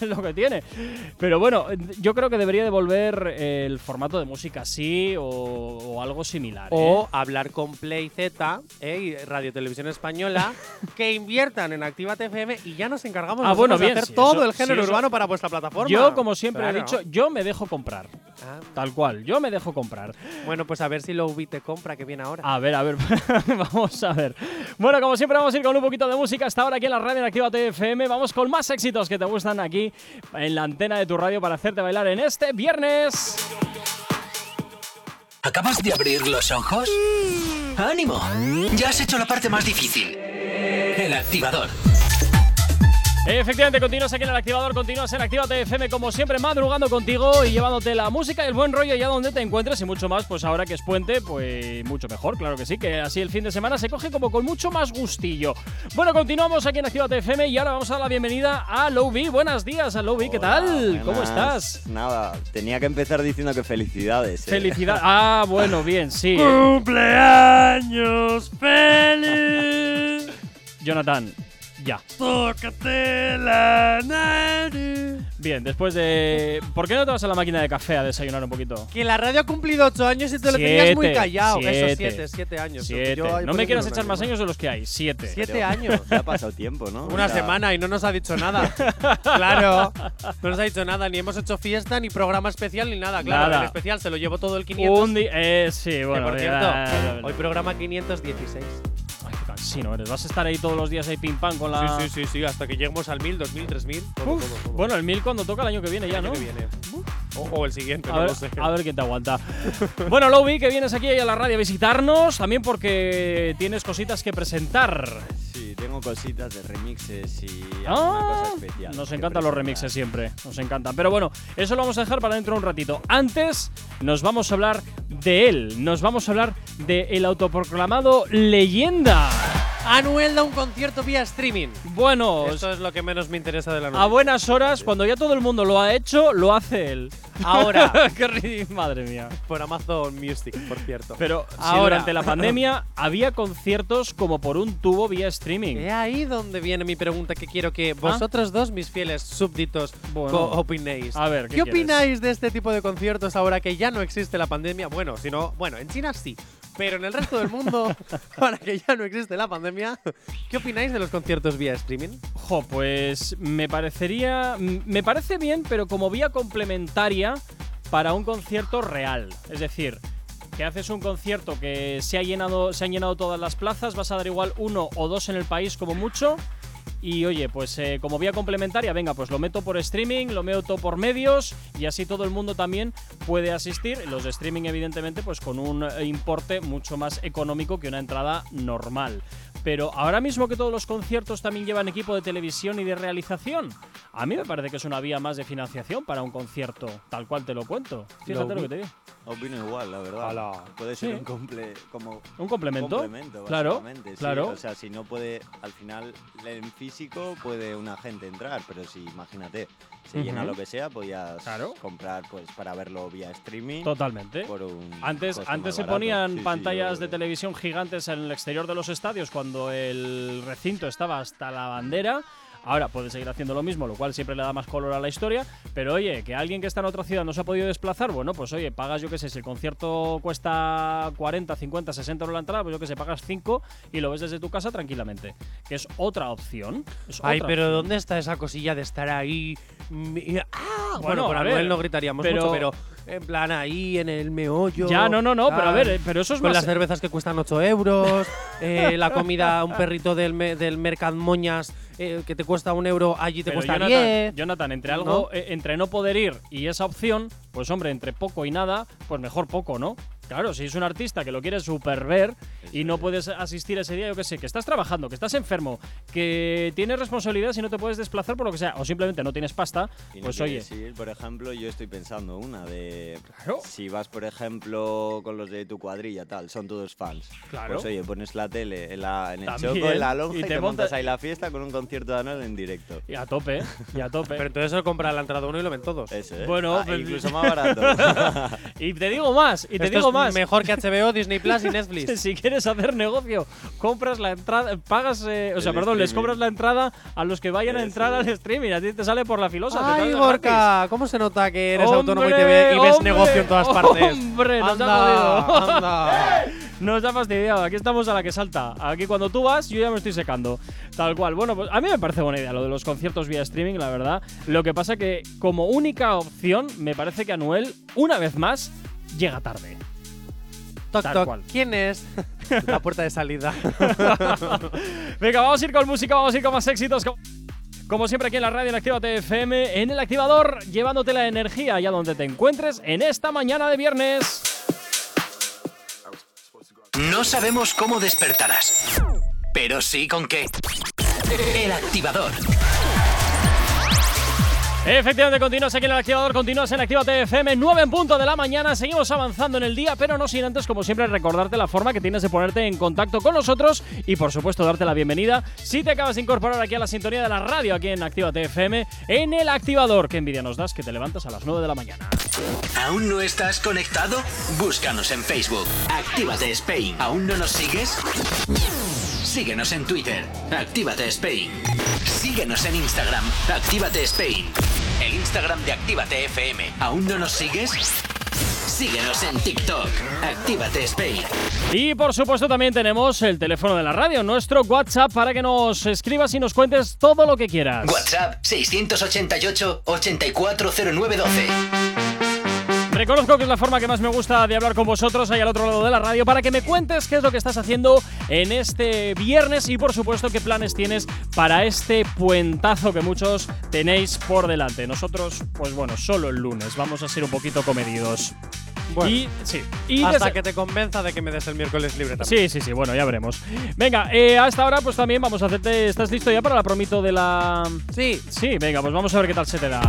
Speaker 1: Es lo que tiene. Pero bueno, yo creo que debería devolver el formato de música así o, o algo similar. ¿eh?
Speaker 2: O hablar con Play Z ¿eh? y Radio Televisión Española que inviertan en Actívate FM y ya nos encargamos
Speaker 1: Ah,
Speaker 2: nosotros
Speaker 1: bueno,
Speaker 2: de
Speaker 1: bien,
Speaker 2: hacer
Speaker 1: si
Speaker 2: todo
Speaker 1: eso-
Speaker 2: el género
Speaker 1: si eso-
Speaker 2: urbano para vuestra plataforma.
Speaker 1: Yo, como siempre he
Speaker 2: Claro.
Speaker 1: dicho, yo me dejo comprar.
Speaker 2: Ah,
Speaker 1: Tal cual, yo me dejo comprar.
Speaker 2: bueno, pues a ver si lo ubi te compra que viene ahora.
Speaker 1: A ver, a ver, vamos a ver. Bueno, como siempre vamos a ir con un poquito de música hasta ahora aquí en la radio en Activa FM. Vamos con más éxitos que te gustan aquí en la antena de tu radio para hacerte bailar en este viernes.
Speaker 3: ¿Acabas de abrir los ojos? ¡Ánimo! Ya has hecho la parte más difícil. El activador.
Speaker 1: Efectivamente, continúas aquí en el activador, continúas en Activa FM como siempre, madrugando contigo y llevándote la música y el buen rollo allá donde te encuentres y mucho más, pues ahora que es puente, pues mucho mejor, claro que sí, que así el fin de semana se coge como con mucho más gustillo. Bueno, continuamos aquí en Activa FM y ahora vamos a dar la bienvenida a Lowby. Buenos días a Lowby, ¿qué tal?
Speaker 5: Hola,
Speaker 1: ¿Cómo
Speaker 5: buenas.
Speaker 1: estás?
Speaker 5: Nada, tenía que empezar diciendo que felicidades. eh.
Speaker 1: Felicidad. Ah, bueno, bien, sí.
Speaker 4: ¡Cumpleaños feliz!
Speaker 1: Jonathan, ya.
Speaker 4: ¡Tócate la nariz!
Speaker 1: Bien, después de. ¿Por qué no te vas a la máquina de café a desayunar un poquito?
Speaker 2: Que la radio ha cumplido ocho años y te lo tenías muy
Speaker 1: Siete,
Speaker 2: callado.
Speaker 1: siete.
Speaker 2: Eso, siete, siete años.
Speaker 1: Siete. No
Speaker 2: Yo ahí poniéndome
Speaker 1: me quieras echar
Speaker 2: una
Speaker 1: más
Speaker 2: semana.
Speaker 1: años de los que hay. Siete.
Speaker 2: Siete años.
Speaker 5: Ya ha pasado tiempo, ¿no?
Speaker 2: Una
Speaker 5: Ya-
Speaker 2: semana y no nos ha dicho nada. claro. No nos ha dicho nada. Ni hemos hecho fiesta, ni programa especial, ni nada. Claro,
Speaker 1: Nada.
Speaker 2: el especial se lo llevó todo el 500.
Speaker 1: Un día. Eh, sí,
Speaker 2: que,
Speaker 1: bueno.
Speaker 2: por
Speaker 1: ya-
Speaker 2: cierto,
Speaker 1: ya-
Speaker 2: hoy programa 516.
Speaker 1: Ay, qué cansino eres. Vas a estar ahí todos los días ahí pim pam con la.
Speaker 2: Sí, sí, sí, sí. Hasta que lleguemos al 1000, 2000, 3000. Todo,
Speaker 1: Uf,
Speaker 2: todo, todo.
Speaker 1: Bueno, el mil cuando toca el año que viene ya,
Speaker 2: El
Speaker 1: ¿no?
Speaker 2: año que viene. O, o el siguiente,
Speaker 1: A
Speaker 2: no
Speaker 1: ver,
Speaker 2: lo sé.
Speaker 1: a ver quién te aguanta. bueno, Lobby, que vienes aquí a la radio a visitarnos, también porque tienes cositas que presentar.
Speaker 5: Sí, tengo cositas de remixes y
Speaker 1: Ah,
Speaker 5: alguna cosa especial.
Speaker 1: Nos
Speaker 5: que
Speaker 1: encantan los
Speaker 5: presentar.
Speaker 1: remixes siempre, nos encantan. Pero bueno, eso lo vamos a dejar para dentro de un ratito. Antes nos vamos a hablar de él, nos vamos a hablar de el autoproclamado leyenda.
Speaker 2: Anuel da un concierto vía streaming.
Speaker 1: Bueno,
Speaker 2: Esto es lo que menos me interesa de la
Speaker 1: a
Speaker 2: noticia.
Speaker 1: buenas horas, cuando ya todo el mundo lo ha hecho, lo hace él.
Speaker 2: Ahora.
Speaker 1: Qué ri- Madre mía.
Speaker 2: Por Amazon Music, por cierto.
Speaker 1: Pero
Speaker 2: Ahora.
Speaker 1: ahora, durante la pandemia había conciertos como por un tubo vía streaming.
Speaker 2: Es ahí donde viene mi pregunta que quiero que vosotros dos, mis fieles súbditos,
Speaker 1: Ah. Bueno.
Speaker 2: co- opinéis.
Speaker 1: A ver, ¿qué
Speaker 2: ¿Qué
Speaker 1: quieres?
Speaker 2: opináis de este tipo de conciertos ahora que ya no existe la pandemia? Bueno, si no, bueno, en China sí, pero en el resto del mundo, ahora que ya no existe la pandemia, ¿qué opináis de los conciertos vía streaming?
Speaker 1: Jo, pues me parecería. m- Me parece bien, pero como vía complementaria para un concierto real. Es decir, que haces un concierto que se, ha llenado, se han llenado todas las plazas, vas a dar igual uno o dos en el país como mucho. Y oye, pues eh, como vía complementaria, venga, pues lo meto por streaming, lo meto por medios y así todo el mundo también puede asistir. Los de streaming, evidentemente, pues con un eh, importe mucho más económico que una entrada normal. Pero ahora mismo que todos los conciertos también llevan equipo de televisión y de realización, a mí me parece que es una vía más de financiación para un concierto, tal cual te lo cuento. Fíjate lo que te digo.
Speaker 5: Opino igual, la verdad.
Speaker 2: Ala.
Speaker 5: Puede ser
Speaker 1: Sí.
Speaker 5: un comple como
Speaker 1: ¿Un complemento?
Speaker 5: complemento,
Speaker 1: claro,
Speaker 5: básicamente, sí.
Speaker 1: claro.
Speaker 5: O sea, si no puede, al final en físico puede una gente entrar, pero si imagínate, se llena
Speaker 1: Ujú.
Speaker 5: lo que sea, podías
Speaker 1: Claro.
Speaker 5: comprar pues para verlo vía streaming.
Speaker 1: Totalmente.
Speaker 5: por un
Speaker 1: Antes,
Speaker 5: coste
Speaker 1: antes
Speaker 5: más
Speaker 1: se
Speaker 5: barato.
Speaker 1: ponían
Speaker 5: Sí, sí,
Speaker 1: pantallas
Speaker 5: yo-
Speaker 1: de televisión gigantes en el exterior de los estadios cuando el recinto estaba hasta la bandera. Ahora puede seguir haciendo lo mismo, lo cual siempre le da más color a la historia. Pero oye, que alguien que está en otra ciudad no se ha podido desplazar, bueno, pues oye, pagas, yo qué sé, si el concierto cuesta 40, 50, 60 euros la entrada, pues yo qué sé, pagas 5 y lo ves desde tu casa tranquilamente. Que es otra opción. es
Speaker 2: Ay,
Speaker 1: otra
Speaker 2: pero
Speaker 1: opción.
Speaker 2: ¿dónde está esa cosilla de estar ahí? mm, y- ¡Ah!
Speaker 1: Bueno,
Speaker 2: Bueno, por
Speaker 1: a ver,
Speaker 2: Anuel no gritaríamos
Speaker 1: pero-
Speaker 2: mucho, pero en plan ahí, en el meollo.
Speaker 1: Ya, no, no, no, pero a
Speaker 2: tal,
Speaker 1: ver, eh, pero eso es
Speaker 2: Con
Speaker 1: más-
Speaker 2: las cervezas que cuestan 8 euros, eh, la comida, un perrito del, me- del Mercad Moñas eh, que te cuesta un euro, allí te
Speaker 1: Pero
Speaker 2: cuesta
Speaker 1: Jonathan,
Speaker 2: 10.
Speaker 1: Jonathan, entre algo, eh, entre no poder ir y esa opción, pues hombre, entre poco y nada, pues mejor poco, ¿no? Claro, si es un artista que lo quieres super ver y no puedes asistir ese día, yo qué sé, que estás trabajando, que estás enfermo, que tienes responsabilidades y no te puedes desplazar por lo que sea, o simplemente no tienes pasta,
Speaker 5: Y no
Speaker 1: pues oye,
Speaker 5: quieres ir, por ejemplo, yo estoy pensando una de.
Speaker 1: Claro.
Speaker 5: Si vas, por ejemplo, con los de tu cuadrilla, tal, son todos fans.
Speaker 1: Claro.
Speaker 5: Pues oye, pones la tele en, la- en el
Speaker 1: También,
Speaker 5: choco, en la lonja
Speaker 1: y
Speaker 5: y
Speaker 1: te
Speaker 5: te,
Speaker 1: monta-
Speaker 5: montas ahí la fiesta con un concierto de Anuel en directo.
Speaker 1: y a tope, ¿eh? y a tope.
Speaker 2: Pero entonces se compra la entrada uno y lo ven todos.
Speaker 5: Eso, ¿eh?
Speaker 1: Bueno,
Speaker 5: Ah,
Speaker 1: pues-
Speaker 5: incluso más barato.
Speaker 1: y te digo más, y te
Speaker 2: Esto
Speaker 1: digo
Speaker 2: es
Speaker 1: más.
Speaker 2: mejor que HBO, Disney Plus y Netflix.
Speaker 1: si quieres hacer negocio, compras la entrada, pagas, eh, o sea,
Speaker 5: El
Speaker 1: perdón, les
Speaker 5: streaming.
Speaker 1: compras la entrada a los que vayan a
Speaker 5: Eso
Speaker 1: entrar al
Speaker 5: es.
Speaker 1: streaming. A ti te sale por la filosa. te
Speaker 2: Ay,
Speaker 1: sale gratis.
Speaker 2: Gorka, ¿cómo se nota que eres autónomo y, te
Speaker 1: ¡Hombre,
Speaker 2: ve- y ves
Speaker 1: hombre,
Speaker 2: negocio en todas partes?
Speaker 1: hombre, nos ha jodido.
Speaker 2: anda, anda.
Speaker 1: Nos ha fastidiado. Aquí estamos a la que salta. Aquí cuando tú vas, yo ya me estoy secando. Tal cual. Bueno, pues a mí me parece buena idea lo de los conciertos vía streaming, la verdad. Lo que pasa que como única opción, me parece que Anuel, una vez más, llega tarde.
Speaker 2: Toc,
Speaker 1: Tal
Speaker 2: toc.
Speaker 1: cual.
Speaker 2: ¿Quién es? La puerta de salida.
Speaker 1: Venga, vamos a ir con música, vamos a ir con más éxitos. Como- Como siempre aquí en la radio en Actívate FM, en el activador, llevándote la energía allá donde te encuentres en esta mañana de viernes.
Speaker 3: No sabemos cómo despertarás, pero sí con qué. El activador.
Speaker 1: Efectivamente, continúas aquí en el activador, continúas en Actívate FM, 9 en punto de la mañana, seguimos avanzando en el día, pero no sin antes, como siempre, recordarte la forma que tienes de ponerte en contacto con nosotros y, por supuesto, darte la bienvenida si te acabas de incorporar aquí a la sintonía de la radio, aquí en Actívate FM, en el activador. Qué envidia nos das que te levantas a las 9 de la mañana.
Speaker 3: ¿Aún no estás conectado? Búscanos en Facebook. Actívate Spain. ¿Aún no nos sigues? Síguenos en Twitter. Actívate Spain. Síguenos en Instagram. Actívate Spain. El Instagram de Actívate FM. ¿Aún no nos sigues? Síguenos en TikTok. Actívate Spain.
Speaker 1: Y por supuesto también tenemos el teléfono de la radio, nuestro WhatsApp, para que nos escribas y nos cuentes todo lo que quieras.
Speaker 3: WhatsApp 688 840912.
Speaker 1: Reconozco que es la forma que más me gusta de hablar con vosotros ahí al otro lado de la radio para que me cuentes qué es lo que estás haciendo en este viernes y por supuesto qué planes tienes para este puentazo que muchos tenéis por delante. Nosotros, pues bueno, solo el lunes, vamos a ser un poquito comedidos.
Speaker 2: Bueno.
Speaker 1: y sí, y
Speaker 2: Hasta
Speaker 1: desde-
Speaker 2: que te convenza de que me des el miércoles libre
Speaker 1: Sí,
Speaker 2: también.
Speaker 1: sí, sí, bueno, ya veremos. Venga, eh, hasta ahora pues también vamos a hacerte... ¿Estás listo ya para la promito de la...?
Speaker 2: Sí.
Speaker 1: Sí, venga, pues vamos a ver qué tal se te da.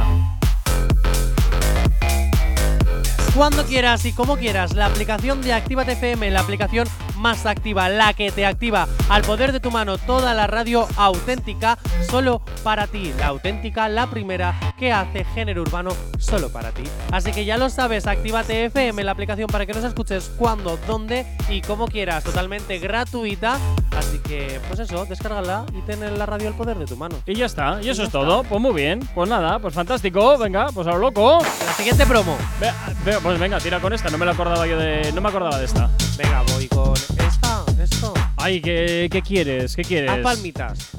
Speaker 2: Cuando quieras y como quieras, la aplicación de Actívate FM, la aplicación más activa, la que te activa al poder de tu mano toda la radio auténtica solo para ti. La auténtica, la primera que hace género urbano solo para ti. Así que ya lo sabes, actívate FM, la aplicación para que nos escuches cuando, dónde y como quieras, totalmente gratuita. Así que, pues eso, descárgala y ten en la radio al poder de tu mano.
Speaker 1: Y ya está, y eso es todo. Pues muy bien, pues nada, pues fantástico. Venga, pues a lo loco.
Speaker 2: La siguiente promo.
Speaker 1: Ve- ve- pues venga, tira con esta. No me la acordaba yo de. No me acordaba de esta.
Speaker 2: Venga, voy con esta, esto.
Speaker 1: Ay, ¿qué, qué quieres? ¿Qué quieres?
Speaker 2: Haz palmitas.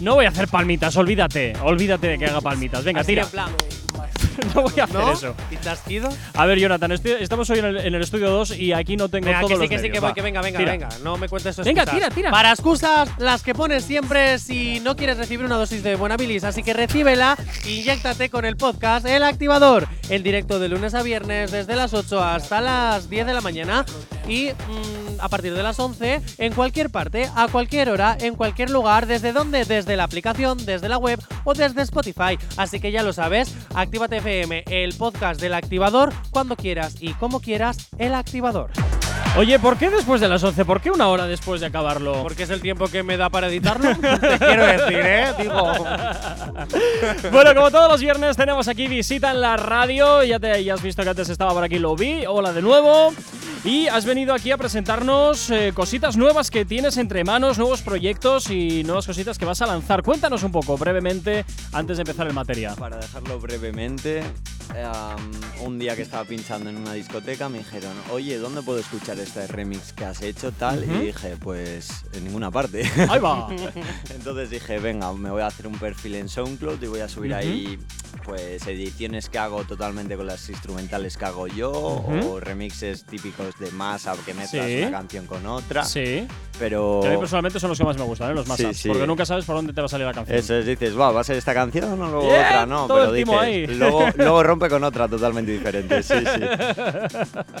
Speaker 1: No voy a hacer palmitas, olvídate. Olvídate de que haga palmitas. Venga,
Speaker 2: Así
Speaker 1: tira.
Speaker 2: en plan,
Speaker 1: No voy a hacer
Speaker 2: ¿No?
Speaker 1: eso.
Speaker 2: ¿Y chasquido?
Speaker 1: A ver, Jonathan, estoy- estamos hoy en el, en el estudio 2 y aquí no tengo
Speaker 2: Venga,
Speaker 1: todos
Speaker 2: que sí,
Speaker 1: los
Speaker 2: que sí,
Speaker 1: medios.
Speaker 2: que
Speaker 1: Va,
Speaker 2: voy, que venga, venga,
Speaker 1: tira.
Speaker 2: venga. No me cuentes
Speaker 1: Venga,
Speaker 2: excusas.
Speaker 1: tira, tira.
Speaker 2: Para excusas, las que pones siempre si no quieres recibir una dosis de buena bilis. Así que recíbela, inyéctate con el podcast El Activador. En directo de lunes a viernes, desde las 8 hasta las 10 de la mañana. Y mm, a partir de las 11, en cualquier parte, a cualquier hora, en cualquier lugar. ¿Desde dónde? Desde la aplicación, desde la web o desde Spotify. Así que ya lo sabes, Actívate FM, el podcast del Activador, cuando quieras y como quieras, El Activador.
Speaker 1: Oye, ¿por qué después de las 11? ¿Por qué una hora después de acabarlo?
Speaker 2: Porque es el tiempo que me da para editarlo. Te quiero decir, ¿eh? Digo.
Speaker 1: Bueno, como todos los viernes tenemos aquí visita en la radio. Ya, te, ya has visto que antes estaba por aquí, lo vi. Hola de nuevo. Y has venido aquí a presentarnos eh, cositas nuevas que tienes entre manos, nuevos proyectos y nuevas cositas que vas a lanzar. Cuéntanos un poco, brevemente, antes de empezar el material.
Speaker 5: Para dejarlo brevemente, eh, um, un día que estaba pinchando en una discoteca me dijeron, oye, ¿dónde puedo escuchar este remix que has hecho tal? Y dije, pues en ninguna parte.
Speaker 1: Ahí va.
Speaker 5: Entonces dije, venga, me voy a hacer un perfil en SoundCloud y voy a subir ahí pues ediciones que hago totalmente con las instrumentales que hago yo o remixes típicos de masa que mezclas
Speaker 1: Sí.
Speaker 5: una canción con otra.
Speaker 1: Sí.
Speaker 5: Pero
Speaker 1: Que a mí personalmente son los que más me gustan, ¿eh? los más
Speaker 5: Oh. Sí,
Speaker 1: apps,
Speaker 5: sí.
Speaker 1: Porque nunca sabes por dónde te va a salir la canción.
Speaker 5: eso es, dices, va, va a ser esta canción o luego
Speaker 1: Bien,
Speaker 5: otra, no,
Speaker 1: todo
Speaker 5: pero
Speaker 1: el timo
Speaker 5: dices,
Speaker 1: ahí.
Speaker 5: Luego, luego rompe con otra totalmente diferente, sí, sí.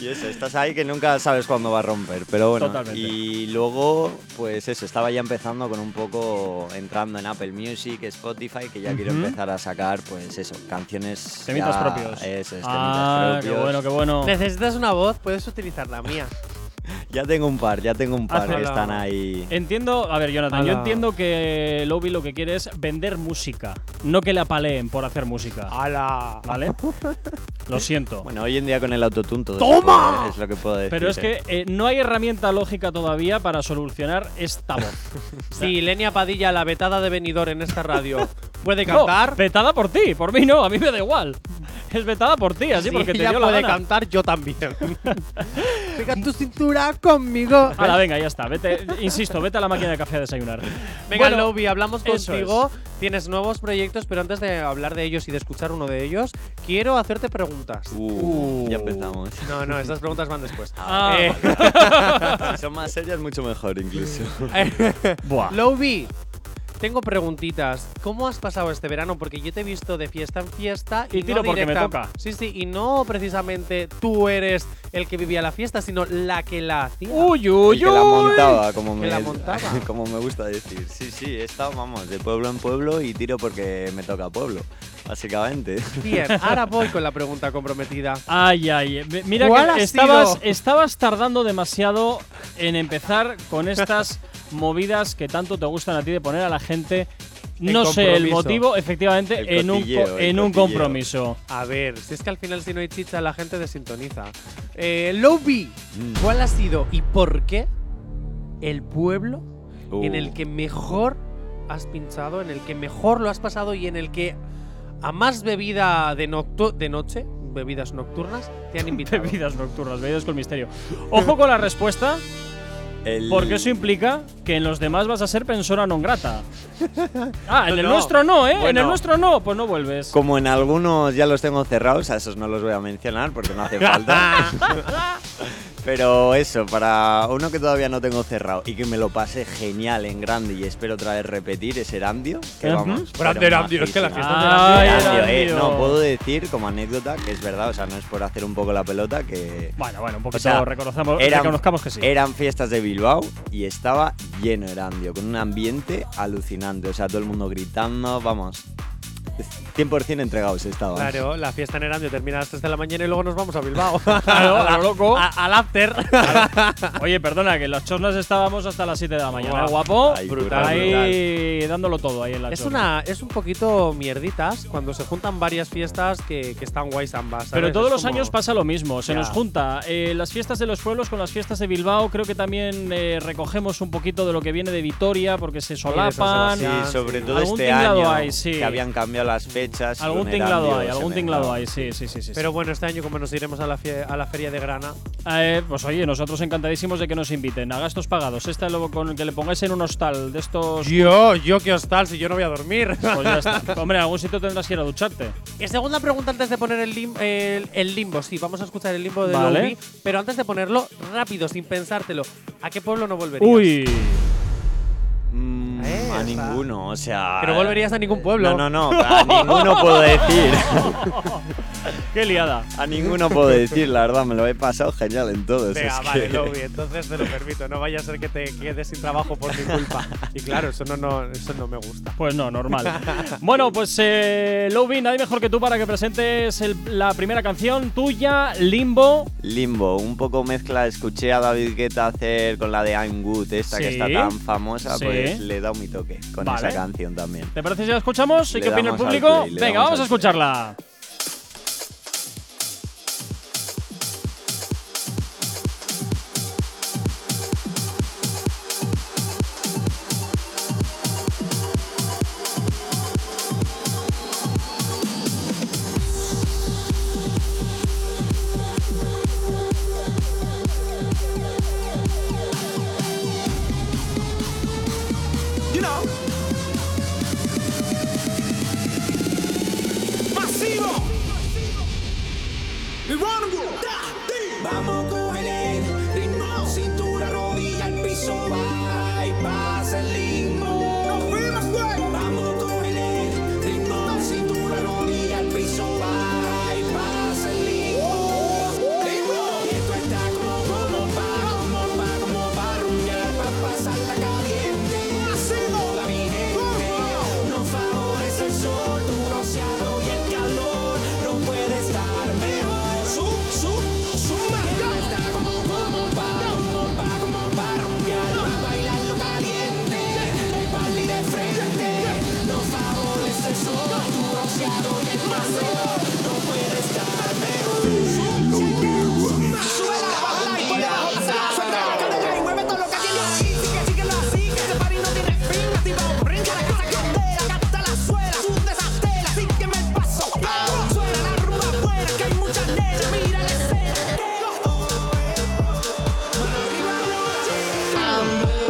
Speaker 5: Y eso, estás ahí que nunca sabes cuándo va a romper, pero bueno.
Speaker 1: Totalmente.
Speaker 5: Y luego, pues eso, estaba ya empezando con un poco entrando en Apple Music, Spotify, que ya quiero
Speaker 1: Ujú.
Speaker 5: empezar a sacar, pues eso, canciones.
Speaker 1: Temitas
Speaker 5: ya-
Speaker 1: propios.
Speaker 5: Eso, es,
Speaker 1: ah,
Speaker 5: temitas
Speaker 1: qué
Speaker 5: propios.
Speaker 1: bueno, qué bueno.
Speaker 2: Necesitas una voz, puedes utilizar la mía.
Speaker 5: Ya tengo un par, ya tengo un par
Speaker 1: Hazlo. Eh,
Speaker 5: que están ahí.
Speaker 1: Entiendo, a ver, Jonathan, yo
Speaker 2: Ala.
Speaker 1: entiendo que Lobby lo que quiere es vender música, no que le apaleen por hacer música.
Speaker 2: Ah. ¡Hala!
Speaker 1: ¿Vale? Lo siento.
Speaker 5: Bueno, hoy en día con el autotune todo
Speaker 2: ¡Toma!
Speaker 5: es lo que puedo decir.
Speaker 1: Pero es que eh, no hay herramienta lógica todavía para solucionar esta voz.
Speaker 2: Si Lenia Padilla, la vetada de venidor en esta radio, puede
Speaker 1: No,
Speaker 2: cantar.
Speaker 1: vetada por ti, por mí no, a mí me da igual. Es vetada por ti, así
Speaker 2: si
Speaker 1: porque te
Speaker 2: ella
Speaker 1: dio la
Speaker 2: puede
Speaker 1: gana.
Speaker 2: cantar, yo también. Pega tu cintura conmigo.
Speaker 1: Hala, venga, ya está. Vete, insisto, vete a la máquina de café a desayunar.
Speaker 2: Venga,
Speaker 1: Bueno,
Speaker 2: Lobby, hablamos
Speaker 1: eso
Speaker 2: contigo. Tienes nuevos proyectos, pero antes de hablar de ellos y de escuchar uno de ellos, quiero hacerte preguntas.
Speaker 5: Uh, ya empezamos.
Speaker 2: No, no, estas preguntas van después.
Speaker 1: Ah.
Speaker 2: Eh,
Speaker 5: Si son más serias, mucho mejor incluso.
Speaker 1: Buah.
Speaker 2: Lowby, tengo preguntitas. ¿Cómo has pasado este verano? Porque yo te he visto de fiesta en fiesta. Y,
Speaker 1: Y tiro
Speaker 2: no
Speaker 1: porque me
Speaker 2: directa-
Speaker 1: toca.
Speaker 2: Sí, sí, y no precisamente tú eres el que vivía la fiesta, sino la que la hacía.
Speaker 1: Uy,
Speaker 5: El
Speaker 1: uy,
Speaker 5: que la
Speaker 1: uy.
Speaker 5: montaba, como
Speaker 2: Que
Speaker 5: me,
Speaker 2: la montaba.
Speaker 5: como me gusta decir. Sí, sí, he estado, vamos, de pueblo en pueblo y tiro porque me toca pueblo, básicamente.
Speaker 2: Bien, ahora voy con la pregunta comprometida.
Speaker 1: Ay, ay, eh, mira
Speaker 2: ¿Cuál
Speaker 1: que
Speaker 2: ha
Speaker 1: estabas,
Speaker 2: sido?
Speaker 1: estabas tardando demasiado en empezar con estas movidas que tanto te gustan a ti de poner a la gente,
Speaker 2: En
Speaker 1: no sé el
Speaker 2: compromiso.
Speaker 1: motivo, efectivamente,
Speaker 5: El
Speaker 1: en, un, co-
Speaker 5: cotilleo, el
Speaker 1: en un
Speaker 5: cotilleo.
Speaker 1: compromiso.
Speaker 2: A ver, si es que al final si no hay chicha la gente desintoniza. Eh, Lowby, ¿cuál ha sido y por qué el pueblo
Speaker 5: Uh,
Speaker 2: en el que mejor has pinchado, en el que mejor lo has pasado y en el que a más bebida de, noctu- de noche, bebidas nocturnas, te han invitado.
Speaker 1: Bebidas nocturnas, bebidas con misterio. Ojo con la respuesta,
Speaker 5: el-
Speaker 1: porque eso implica que en los demás vas a ser persona non grata. Ah, en el
Speaker 2: No.
Speaker 1: nuestro no, ¿eh? En el
Speaker 2: Bueno.
Speaker 1: nuestro no, pues no vuelves.
Speaker 5: Como en algunos ya los tengo cerrados, a esos no los voy a mencionar porque no hace falta. Pero eso, para uno que todavía no tengo cerrado y que me lo pase genial en grande y espero otra vez repetir, es Erandio. Que
Speaker 1: Ujú.
Speaker 5: vamos,
Speaker 2: Grande
Speaker 5: pero
Speaker 2: Erandio, es que la
Speaker 5: majísimo.
Speaker 2: fiesta
Speaker 1: Ay,
Speaker 5: Erandio, eh,
Speaker 1: Erandio.
Speaker 5: no, puedo decir como anécdota que es verdad, o sea, no es por hacer un poco la pelota que.
Speaker 1: Bueno, bueno, un poquito
Speaker 5: O sea,
Speaker 1: reconozcamos-
Speaker 5: eran- eh,
Speaker 1: reconozcamos que sí.
Speaker 5: Eran fiestas de Bilbao y estaba lleno Erandio, con un ambiente alucinante. O sea, todo el mundo gritando, vamos. 100% entregados estaban.
Speaker 2: Claro, la fiesta en Erandio termina a las 3 de la mañana y luego nos vamos a Bilbao.
Speaker 1: Claro, a lo loco.
Speaker 2: A- al after.
Speaker 1: Oye, perdona, que en las chornas estábamos hasta las 7 de la mañana,
Speaker 2: Guau.
Speaker 1: ¿eh, guapo.
Speaker 5: Ahí,
Speaker 2: brutal,
Speaker 1: ahí dándolo todo ahí en la
Speaker 2: es,
Speaker 1: chorna.
Speaker 2: una, es un poquito mierditas cuando se juntan varias fiestas que, que están guays ambas.
Speaker 1: Pero
Speaker 2: ¿sabes?
Speaker 1: todos
Speaker 2: Es
Speaker 1: los
Speaker 2: como-
Speaker 1: años pasa lo mismo, se
Speaker 2: Ya.
Speaker 1: nos junta eh, las fiestas de los pueblos con las fiestas de Bilbao, creo que también eh, recogemos un poquito de lo que viene de Vitoria porque se
Speaker 2: de San
Speaker 1: solapan.
Speaker 5: Sí,
Speaker 2: Sebastián. Ah,
Speaker 5: sobre
Speaker 2: sí.
Speaker 5: todo
Speaker 1: Algún
Speaker 5: este
Speaker 1: tinglado
Speaker 5: año
Speaker 1: hay, sí.
Speaker 5: que habían cambiado las fechas. y
Speaker 1: Algún
Speaker 5: con
Speaker 1: tinglado
Speaker 5: Erandio
Speaker 1: hay,
Speaker 5: se
Speaker 1: algún
Speaker 5: mezclaba.
Speaker 1: tinglado hay, sí, sí, sí. sí, sí.
Speaker 2: Pero bueno, este año como nos iremos a la, fie- a la feria de Grana,
Speaker 1: Eh, pues oye, nosotros encantadísimos de que nos inviten a gastos pagados. Este lo, con que le pongáis en un hostal de estos.
Speaker 2: Yo, yo qué hostal, si yo no voy a dormir.
Speaker 1: Pues ya está. Hombre, en algún sitio tendrás que ir a ducharte.
Speaker 2: Y Eh, segunda pregunta antes de poner el, lim- el, el limbo. Sí, vamos a escuchar el limbo de
Speaker 1: Vale.
Speaker 2: Lowry, pero antes de ponerlo, rápido, sin pensártelo. ¿A qué pueblo no volverías?
Speaker 1: Uy.
Speaker 5: Mm,
Speaker 2: Eh,
Speaker 5: a
Speaker 2: está.
Speaker 5: ninguno, o sea.
Speaker 2: Que no volverías a ningún pueblo.
Speaker 5: No, no, no, a ninguno puedo decir.
Speaker 1: Qué liada.
Speaker 5: a ninguno puedo decir, la verdad, me lo he pasado genial en todos.
Speaker 1: pues
Speaker 2: Venga,
Speaker 5: es
Speaker 2: vale,
Speaker 5: que-
Speaker 2: Lowry, entonces te lo permito. No vaya a ser que te quedes sin trabajo por mi culpa. Y claro, eso no, no, eso no me gusta.
Speaker 1: Pues no, normal. bueno, pues eh, Lowby, nadie mejor que tú para que presentes el- la primera canción tuya, Limbo.
Speaker 5: Limbo, un poco mezcla, escuché a David Guetta hacer con la de I'm Good, esta que
Speaker 1: Sí.
Speaker 5: está tan famosa,
Speaker 1: Sí.
Speaker 5: pues le he dado mi toque con
Speaker 1: Vale.
Speaker 5: esa canción también.
Speaker 1: ¿Te parece si la escuchamos? ¿Y
Speaker 5: Le
Speaker 1: qué opina el
Speaker 5: damos al
Speaker 1: público?
Speaker 5: play, le
Speaker 1: Venga, vamos
Speaker 5: damos
Speaker 1: a
Speaker 5: al play.
Speaker 1: escucharla.
Speaker 6: masivo. Y Warner. Vamos a coger el ritmo, cintura, rodilla, el piso, bypass el limbo. Vamos a coger el ritmo, cintura, rodilla, el piso, bypass el limbo. Ritmo. Y esto está como, como pa, como pa, como pa, rumbear, pa' pasarla caliente. Toda mi gente nos favorece el sol, tu bronceado y el calor no puede estar mejor. Sub, sub, suma. Está como, como para, como para, como para rumbear, pa' bailarlo caliente. El party de frente nos favorece el sol, tu bronceado y el paseo no puede estar mejor. Suela, baila y danza. Suelta la cadera y mueve todo lo que tiene ahí. Sigue, síguelo así, que este party no tiene fin. Activado, brinca la casa entera, gasta la suela, sube esa tela, sígueme el paso. Pau. Suena la rumba afuera, que hay muchas nenas, mira la escena. Oh, eh, oh. Arriba la noche.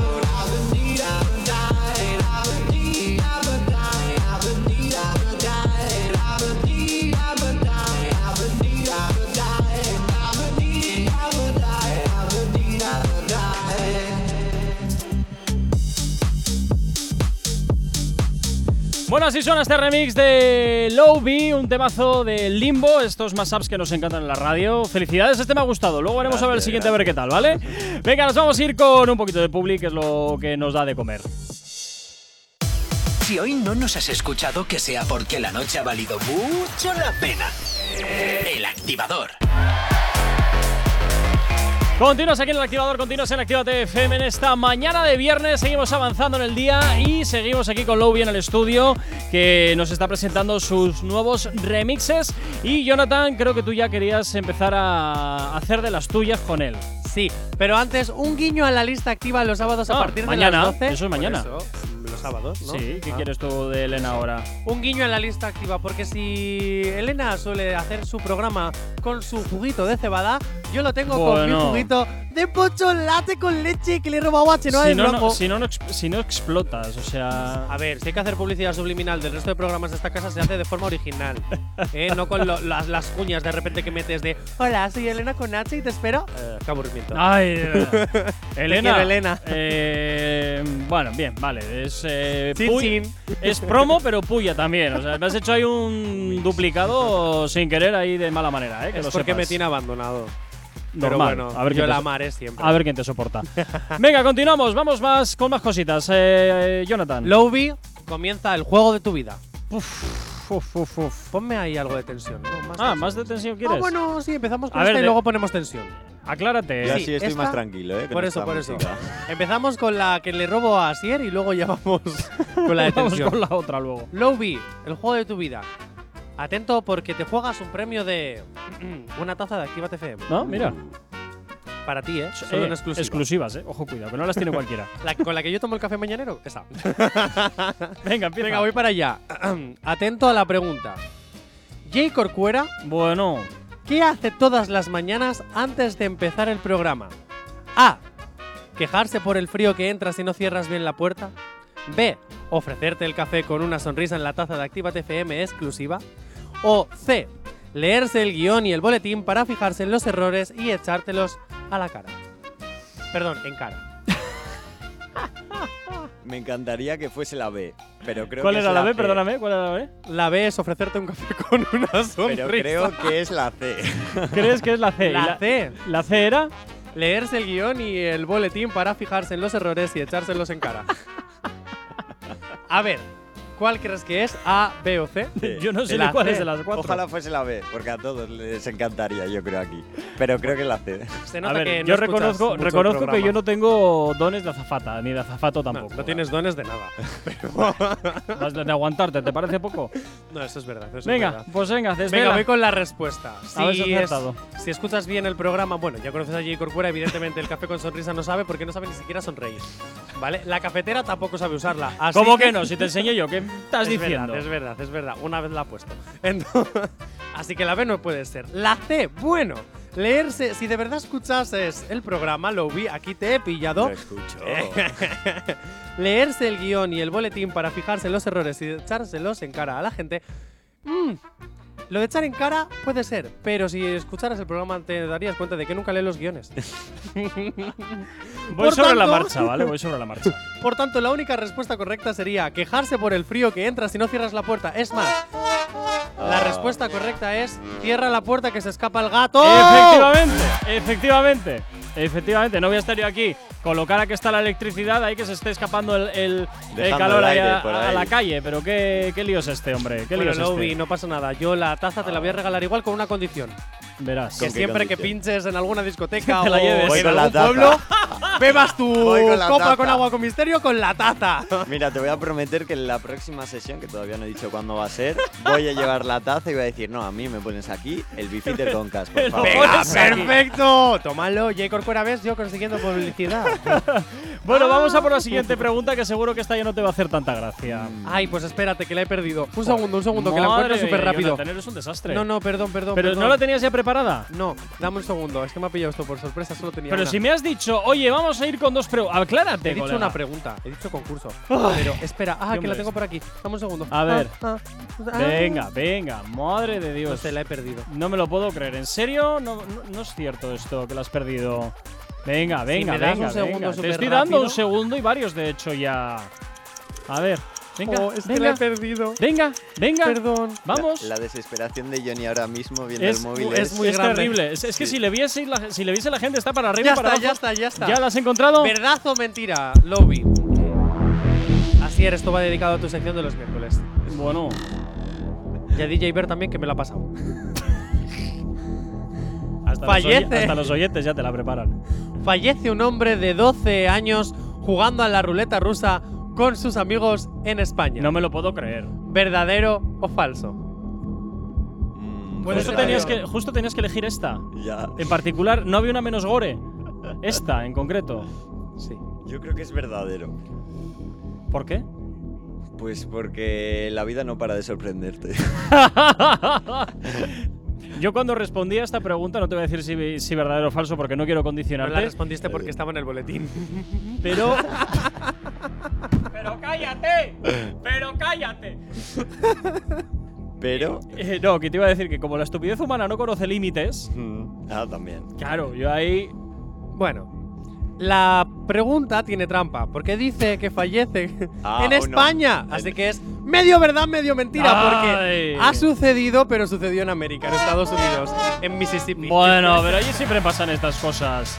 Speaker 1: Bueno, así suena este remix de Lowby, un temazo de Limbo, estos más ups que nos encantan en la radio. Felicidades, este me ha gustado. Luego haremos a ver el
Speaker 5: Gracias,
Speaker 1: siguiente a ver qué tal, ¿vale? Venga, nos vamos a ir con un poquito de public, que es lo que nos da de comer.
Speaker 3: Si hoy no nos has escuchado, que sea porque la noche ha valido mucho la pena. El activador.
Speaker 1: Continuas aquí en el activador, continuas en Actívate FM en esta mañana de viernes. Seguimos avanzando en el día y seguimos aquí con Lowby en el estudio que nos está presentando sus nuevos remixes. Y Jonathan, creo que tú ya querías empezar a hacer de las tuyas con él.
Speaker 2: Sí, pero antes, un guiño a la lista activa los sábados
Speaker 1: Ah,
Speaker 2: a partir
Speaker 1: mañana,
Speaker 2: de las 12.
Speaker 1: eso es mañana.
Speaker 2: Por eso, los sábados, ¿no?
Speaker 1: Sí, ¿qué
Speaker 2: Ah.
Speaker 1: quieres tú de Elena ahora?
Speaker 2: Un guiño a la lista activa, porque si Elena suele hacer su programa con su juguito de cebada, yo lo tengo con mi
Speaker 1: Bueno.
Speaker 2: juguito de pocho latte con leche que le he robado a Chenoa del
Speaker 1: no, no-
Speaker 2: Blanco.
Speaker 1: si, no, no exp- si no explotas, o sea.
Speaker 2: A ver, si hay que hacer publicidad subliminal del resto de programas de esta casa, se hace de forma original. ¿eh? No con lo- las, las cuñas de repente que metes de Hola, soy Elena con H y te espero. Eh, qué aburrimiento.
Speaker 1: Ay, Elena.
Speaker 2: quiero, Elena.
Speaker 1: Eh, bueno, bien, vale. Es, eh,
Speaker 2: Chin,
Speaker 1: puy-
Speaker 2: chin.
Speaker 1: es promo, pero puya también. O sea, me has hecho ahí un duplicado sin querer ahí de mala manera, ¿eh? Que
Speaker 2: es
Speaker 1: lo
Speaker 2: porque
Speaker 1: sepas.
Speaker 2: me tiene abandonado.
Speaker 1: Normal.
Speaker 2: Pero bueno,
Speaker 1: A ver qué
Speaker 2: yo
Speaker 1: te-
Speaker 2: la amaré siempre.
Speaker 1: A ver quién te soporta. Venga, continuamos. Vamos más con más cositas. Eh, Jonathan.
Speaker 2: Lowby comienza el juego de tu vida. uf, uf, uf, uf. Ponme ahí algo de tensión. ¿no? Más
Speaker 1: Ah,
Speaker 2: tensión.
Speaker 1: ¿más de tensión
Speaker 2: Ah,
Speaker 1: quieres?
Speaker 2: bueno, sí, empezamos con
Speaker 1: A ver,
Speaker 2: esta y
Speaker 1: de- Eh,
Speaker 2: luego ponemos tensión.
Speaker 1: Aclárate.
Speaker 5: Yo
Speaker 2: Sí,
Speaker 5: así estoy
Speaker 2: esta-
Speaker 5: más tranquilo, ¿eh?
Speaker 2: Por eso, por eso. Empezamos con la que le robo a Asier y luego ya vamos con la de
Speaker 1: Vamos
Speaker 2: tensión.
Speaker 1: con la otra luego.
Speaker 2: Lowby, el juego de tu vida. Atento porque te juegas un premio de una taza de Activa FM.
Speaker 1: ¿No? Mira.
Speaker 2: Para ti, ¿eh? Solo
Speaker 1: Eh,
Speaker 2: una exclusiva.
Speaker 1: Exclusivas, eh. Ojo, cuidado, que no las tiene cualquiera.
Speaker 2: La- con la que yo tomo el café mañanero, esa.
Speaker 1: Venga, empieza.
Speaker 2: Venga, voy para allá. Atento a la pregunta. Jay Corcuera,
Speaker 1: Bueno,
Speaker 2: ¿qué hace todas las mañanas antes de empezar el programa? A. Quejarse por el frío que entra si no cierras bien la puerta. B. Ofrecerte el café con una sonrisa en la taza de Actívate FM exclusiva. O C. Leerse el guión y el boletín para fijarse en los errores y echártelos a la cara. Perdón, en cara.
Speaker 5: Me encantaría que fuese la B, pero creo
Speaker 1: ¿cuál
Speaker 5: que
Speaker 1: era
Speaker 5: es
Speaker 1: la B?
Speaker 5: C.
Speaker 1: Perdóname, ¿cuál era la B?
Speaker 2: La B es ofrecerte un café con una sonrisa.
Speaker 5: Pero creo que es la C.
Speaker 1: ¿Crees que es la C? Y
Speaker 2: La C.
Speaker 1: ¿La C era?
Speaker 2: Leerse el guión y el boletín para fijarse en los errores y echárselos en cara. A ver, ¿cuál crees que es? ¿A, B o C?
Speaker 1: Yo no sé
Speaker 2: La
Speaker 1: ni cuál
Speaker 2: C.
Speaker 1: es de las cuatro.
Speaker 5: Ojalá fuese la B, porque a todos les encantaría, yo creo, aquí. Pero creo que es la C.
Speaker 2: Se
Speaker 1: A
Speaker 2: nota que
Speaker 1: ver,
Speaker 2: no
Speaker 1: yo
Speaker 2: escuchas
Speaker 1: reconozco,
Speaker 2: mucho el
Speaker 1: reconozco que
Speaker 2: programa.
Speaker 1: yo no tengo dones de azafata, ni de azafato
Speaker 2: No,
Speaker 1: tampoco.
Speaker 2: no tienes dones de nada.
Speaker 1: Más de de aguantarte, ¿te parece poco?
Speaker 2: No, eso es verdad. eso es
Speaker 1: Venga,
Speaker 2: verdad.
Speaker 1: pues venga,
Speaker 2: Venga,
Speaker 1: desvela.
Speaker 2: voy con la respuesta.
Speaker 1: Habéis
Speaker 2: Si, es-
Speaker 1: acertado.
Speaker 2: si escuchas bien el programa, bueno, ya conoces a Jay Corcuera, evidentemente el café con sonrisa no sabe porque no sabe ni siquiera sonreír. ¿Vale? La cafetera tampoco sabe usarla. así
Speaker 1: ¿Cómo que no? Si te enseño yo, ¿qué estás
Speaker 2: Es
Speaker 1: diciendo?
Speaker 2: Verdad, es verdad, es verdad. Una vez la ha puesto. Ento- así que la B no puede ser. La C, bueno. Leerse, si de verdad escuchases el programa, lo vi, aquí te he pillado.
Speaker 5: Lo escucho.
Speaker 2: Eh, Leerse el guión y el boletín para fijarse en los errores y echárselos en cara a la gente. Mm, Lo de echar en cara puede ser, pero si escucharas el programa te darías cuenta de que nunca lee los guiones.
Speaker 1: Voy
Speaker 2: Por
Speaker 1: sobre la
Speaker 2: tanto-
Speaker 1: marcha, ¿vale? Voy sobre la marcha.
Speaker 2: Por tanto, la única respuesta correcta sería quejarse por el frío que entra si no cierras la puerta. Es más, la
Speaker 5: Ah.
Speaker 2: respuesta correcta es cierra la puerta que se escapa el gato.
Speaker 1: ¡Oh! Efectivamente, efectivamente, efectivamente. No voy a estar yo aquí con lo cara que está la electricidad, ahí que se esté escapando el, el- el
Speaker 5: Dejando
Speaker 1: calor
Speaker 5: el
Speaker 1: ahí
Speaker 5: aire
Speaker 1: a,
Speaker 5: por
Speaker 1: a la
Speaker 5: ahí.
Speaker 1: calle. Pero qué, qué lío es este, hombre. Qué lío
Speaker 2: Bueno,
Speaker 1: es
Speaker 2: Lowby,
Speaker 1: este.
Speaker 2: no pasa nada. Yo la taza te la voy a regalar igual con una condición.
Speaker 1: Verás.
Speaker 2: Que
Speaker 5: qué
Speaker 2: siempre que
Speaker 5: condición?
Speaker 2: pinches en alguna discoteca
Speaker 1: Te la
Speaker 2: o
Speaker 1: lleves. Voy
Speaker 2: en
Speaker 5: con la
Speaker 2: algún
Speaker 5: taza.
Speaker 2: pueblo, bebas tu
Speaker 5: Voy con la
Speaker 2: copa
Speaker 5: taza.
Speaker 2: con agua con misterio con la taza.
Speaker 5: Mira, te voy a prometer que en la próxima sesión, que todavía no he dicho cuándo va a ser, voy a llevar la taza y voy a decir, no, a mí me pones aquí el bifiter con cas, por favor.
Speaker 2: Venga, perfecto. Tómalo, J. Corcuera, ves yo consiguiendo publicidad.
Speaker 1: Bueno, vamos a por
Speaker 2: Ah.
Speaker 1: la siguiente pregunta que seguro que esta ya no te va a hacer tanta gracia.
Speaker 2: Ay, pues espérate, que la he perdido. Un segundo, un segundo, que la
Speaker 1: Madre
Speaker 2: encuentro
Speaker 1: mía,
Speaker 2: súper rápido.
Speaker 1: Jonathan, eres un desastre.
Speaker 2: No, no, perdón, perdón.
Speaker 1: Pero
Speaker 2: perdón.
Speaker 1: no la tenías ya preparada.
Speaker 2: No, dame un segundo, es que me ha pillado esto por sorpresa, solo tenía
Speaker 1: Pero
Speaker 2: una.
Speaker 1: si me has dicho, oye, vamos a ir con dos preguntas. Aclárate,
Speaker 2: He dicho
Speaker 1: colega.
Speaker 2: una pregunta, he dicho concurso. Pero espera, ah,
Speaker 1: qué
Speaker 2: que
Speaker 1: hombre
Speaker 2: la tengo
Speaker 1: es.
Speaker 2: por aquí. Dame un segundo.
Speaker 1: A ver.
Speaker 2: Ah, ah, ah.
Speaker 1: Venga, venga, madre de
Speaker 2: No
Speaker 1: Dios.
Speaker 2: sé, la he perdido.
Speaker 1: No me lo puedo creer. ¿En serio? No, no, no es cierto esto que lo has perdido. Venga, venga,
Speaker 2: me das
Speaker 1: venga,
Speaker 2: un segundo
Speaker 1: venga. Te
Speaker 2: súper
Speaker 1: estoy dando un
Speaker 2: rápido.
Speaker 1: segundo y varios, de hecho, ya. A ver. Venga,
Speaker 2: Oh, es que la
Speaker 1: venga,
Speaker 2: he perdido.
Speaker 1: venga, venga.
Speaker 2: Perdón.
Speaker 1: Vamos.
Speaker 5: La, la desesperación de Johnny ahora mismo viendo
Speaker 1: es,
Speaker 5: el móvil
Speaker 1: es,
Speaker 2: muy
Speaker 1: es
Speaker 2: grande.
Speaker 1: terrible. Es, es que
Speaker 5: Sí.
Speaker 1: si, le viese la, si le viese la gente, está para arriba
Speaker 2: Ya
Speaker 1: y para
Speaker 2: está, ya
Speaker 1: abajo.
Speaker 2: está, ya está.
Speaker 1: ¿Ya la has encontrado?
Speaker 2: ¿Verdad o mentira, Lobby? Eh, Así eres, esto va dedicado a tu sección de los miércoles.
Speaker 1: Bueno,
Speaker 2: Y a DJ Ver también, que me lo ha pasado.
Speaker 1: hasta Los, oy-
Speaker 2: Fallece.
Speaker 1: hasta los oyentes ya te la preparan.
Speaker 2: Fallece un hombre de 12 años jugando a la ruleta rusa con sus amigos en España.
Speaker 1: No me lo puedo creer.
Speaker 2: ¿Verdadero o falso?
Speaker 5: Mm,
Speaker 2: Puede
Speaker 1: justo,
Speaker 2: ser.
Speaker 1: tenías que, justo tenías que elegir esta.
Speaker 5: Ya.
Speaker 1: En particular, no había una menos gore. Esta, en concreto.
Speaker 2: Sí.
Speaker 5: Yo creo que es verdadero.
Speaker 1: ¿Por qué?
Speaker 5: Pues porque la vida no para de sorprenderte.
Speaker 1: Yo cuando respondí a esta pregunta, no te voy a decir si, si verdadero o falso porque no quiero
Speaker 2: No la
Speaker 1: condicionarte,
Speaker 2: respondiste
Speaker 1: Eh.
Speaker 2: porque estaba en el boletín.
Speaker 1: pero... ¡Pero cállate! ¡Pero cállate!
Speaker 5: Pero.
Speaker 1: Eh, no, que te iba a decir que como la estupidez humana no conoce límites...
Speaker 5: Mm, Ah, también.
Speaker 1: Claro, yo ahí...
Speaker 2: Bueno, la pregunta tiene trampa, porque dice que fallece
Speaker 5: Ah,
Speaker 1: oh,
Speaker 2: en
Speaker 5: uno.
Speaker 2: España.
Speaker 5: En-
Speaker 2: Así que es medio verdad, medio mentira,
Speaker 1: Ay.
Speaker 2: porque ha sucedido, pero sucedió en América, en Estados Unidos, en Mississippi.
Speaker 1: Bueno, pero allí siempre pasan estas cosas.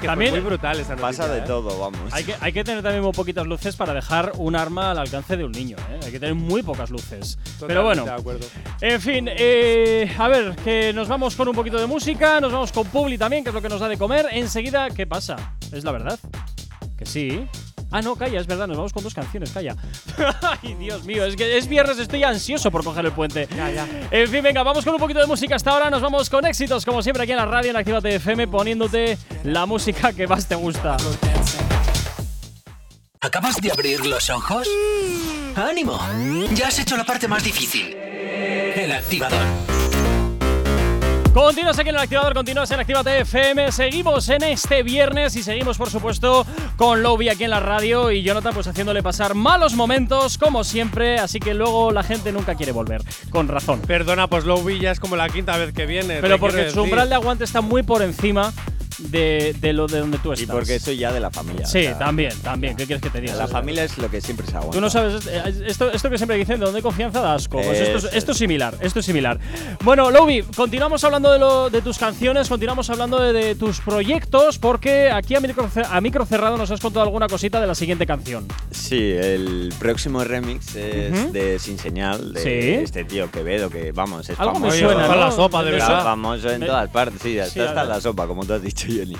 Speaker 2: que
Speaker 1: También-
Speaker 2: fue muy brutal esa noticia.
Speaker 5: Pasa de
Speaker 2: ¿eh?
Speaker 5: todo, vamos.
Speaker 1: Hay que, hay que tener también muy poquitas luces para dejar un arma al alcance de un niño. ¿eh? Hay que tener muy pocas luces. Pero
Speaker 2: Totalmente
Speaker 1: bueno,
Speaker 2: de acuerdo.
Speaker 1: en fin, eh, a ver, que nos vamos con un poquito de música, nos vamos con Publi también, que es lo que nos da de comer. Enseguida, ¿qué pasa? Es la verdad. Que sí. Ah, no, calla, es verdad, nos vamos con dos canciones, calla. Ay, Dios mío, es que es viernes, estoy ansioso por coger el puente. En fin, venga, vamos con un poquito de música hasta ahora, nos vamos con éxitos, como siempre, aquí en la radio, en Actívate FM, poniéndote la música que más te gusta.
Speaker 3: ¿Acabas de abrir los ojos? ¡Ánimo! Ya has hecho la parte más difícil. El activador.
Speaker 1: Continúas aquí en el activador, continúas en Actívate FM. Seguimos en este viernes y seguimos, por supuesto, con Lobby aquí en la radio y Jonathan, pues haciéndole pasar malos momentos, como siempre. Así que luego la gente nunca quiere volver, con razón.
Speaker 2: Perdona, pues Lowby ya es como la quinta vez que viene.
Speaker 1: Pero
Speaker 2: te quiero
Speaker 1: porque su
Speaker 2: decir.
Speaker 1: umbral de aguante está muy por encima de, de lo de donde tú
Speaker 5: Y
Speaker 1: estás.
Speaker 5: porque soy ya de la familia. o
Speaker 1: Sí,
Speaker 5: sea,
Speaker 1: también, también. ¿Qué quieres que te diga?
Speaker 5: La familia es lo que siempre se aguanta.
Speaker 1: Tú no sabes, eh, esto, esto que siempre dicen, de dónde hay confianza da asco. Pues esto, es,
Speaker 5: Eso
Speaker 1: esto es similar, esto es similar. Bueno, Lobby, continuamos hablando de, lo- de tus canciones, continuamos hablando de, de tus proyectos, porque aquí a micro, ce- a micro cerrado nos has contado alguna cosita de la siguiente canción.
Speaker 5: Sí, el próximo remix es
Speaker 1: Ujú.
Speaker 5: de Sin Señal, de
Speaker 1: Sí.
Speaker 5: este tío Quevedo, que vamos, es
Speaker 1: Algo me
Speaker 5: famoso.
Speaker 1: suena,
Speaker 2: ojalá
Speaker 1: ¿no?
Speaker 2: la sopa, de
Speaker 5: Es
Speaker 2: verdad.
Speaker 5: famoso en
Speaker 1: Me-
Speaker 5: todas partes, sí, hasta, hasta
Speaker 1: además.
Speaker 5: la sopa, como tú has dicho, Johnny.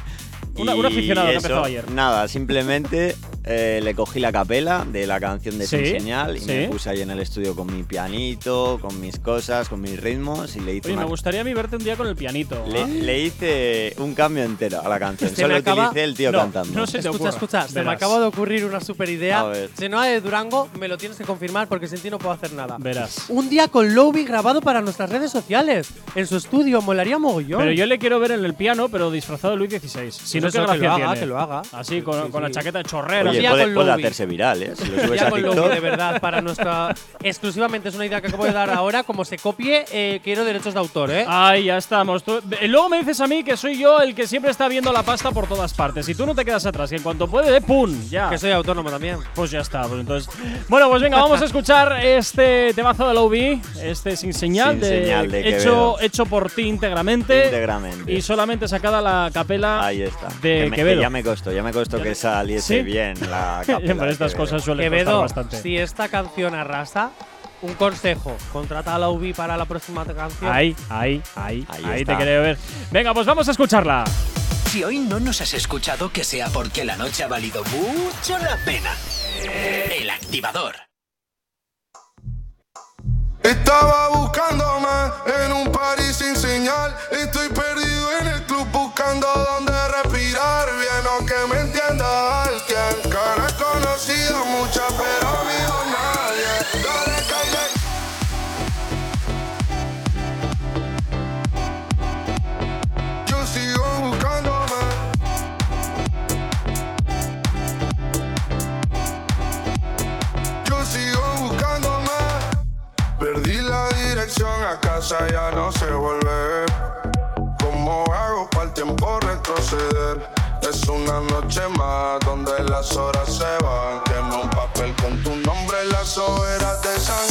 Speaker 1: Una-
Speaker 5: Y
Speaker 1: un aficionado que ha
Speaker 5: eso,
Speaker 1: empezado ayer.
Speaker 5: Nada, simplemente eh, le cogí la capela de la canción de
Speaker 1: Sí,
Speaker 5: Sin Señal y
Speaker 1: sí.
Speaker 5: me puse ahí en el estudio con mi pianito, con mis cosas, con mis ritmos y le hice
Speaker 1: Oye, me
Speaker 5: una-
Speaker 1: gustaría a mí verte un día con el pianito.
Speaker 5: le,
Speaker 1: ¿ah?
Speaker 5: le hice un cambio entero a la canción.
Speaker 2: Se me
Speaker 5: Solo
Speaker 2: acaba-
Speaker 5: utilicé el tío
Speaker 1: No,
Speaker 5: cantando.
Speaker 1: no se te
Speaker 2: Escucha,
Speaker 1: ocurra.
Speaker 2: escucha, se me
Speaker 1: Verás.
Speaker 2: acaba de ocurrir una super
Speaker 5: A
Speaker 2: idea.
Speaker 5: ver.
Speaker 2: Si no hay de Durango, me lo tienes que confirmar porque sin ti no puedo hacer nada.
Speaker 1: Verás.
Speaker 2: Un día con Lowby grabado para nuestras redes sociales. En su estudio, molaría mogollón.
Speaker 1: Pero yo le quiero ver en el piano, pero disfrazado de Luis XVI. Si no,
Speaker 2: Pues
Speaker 1: qué
Speaker 2: eso, que
Speaker 1: gracia
Speaker 2: lo haga,
Speaker 1: tiene.
Speaker 2: que lo haga.
Speaker 1: Así, con,
Speaker 2: Sí, sí,
Speaker 1: con la
Speaker 2: sí.
Speaker 1: chaqueta de chorrera.
Speaker 5: Oye,
Speaker 2: Oye,
Speaker 5: puede,
Speaker 2: con
Speaker 5: puede
Speaker 2: Lowby.
Speaker 5: hacerse viral, ¿eh? Si lo subes
Speaker 2: Ya
Speaker 5: a
Speaker 2: con Lowby,
Speaker 5: TikTok.
Speaker 2: de verdad, para nuestra. Exclusivamente es una idea que acabo de dar ahora. Como se copie, eh, quiero derechos de autor, ¿eh?
Speaker 1: Ay, ya estamos. Tú- eh, luego me dices a mí que soy yo el que siempre está viendo la pasta por todas partes. Y tú no te quedas atrás. Y en cuanto puede, eh, ¡pum! Ya.
Speaker 2: Que soy autónomo también.
Speaker 1: Pues ya está. Pues entonces. Bueno, pues venga, vamos a escuchar este temazo de Lowby. Este sin señal.
Speaker 5: Sin señal de
Speaker 1: hecho,
Speaker 5: Quevedo.
Speaker 1: hecho por ti íntegramente.
Speaker 5: Íntegramente.
Speaker 1: Y solamente sacada la capela
Speaker 5: Ahí está.
Speaker 1: de
Speaker 5: Que me- que
Speaker 1: Quevedo.
Speaker 5: ya me costó, ya me costó que saliese
Speaker 1: ¿Sí?
Speaker 5: bien la
Speaker 1: Por
Speaker 5: capela de
Speaker 1: estas
Speaker 5: Quevedo.
Speaker 1: cosas suele
Speaker 2: Quevedo,
Speaker 1: costar bastante.
Speaker 2: si esta canción arrasa, un consejo: contrata a Lowby para la próxima canción.
Speaker 1: Ahí, ahí, ahí, ahí,
Speaker 5: Ahí
Speaker 1: te
Speaker 5: está.
Speaker 1: quería ver. Venga, pues vamos a escucharla.
Speaker 3: Si hoy no nos has escuchado, que sea porque la noche ha valido mucho la pena. El activador.
Speaker 7: Estaba buscándome en un party sin señal. Estoy perdido en el club buscando dónde respirar. Bien o que me entienda alguien. Cara he conocido muchas, pero amigo nadie. Dale, calle. Yo sigo buscándome. Yo sigo buscándome. Perdí la dirección a casa, ya no sé volver. ¿Cómo hago para el tiempo retroceder? Es una noche más donde las horas se van. Quema un papel con tu nombre en las hogueras de San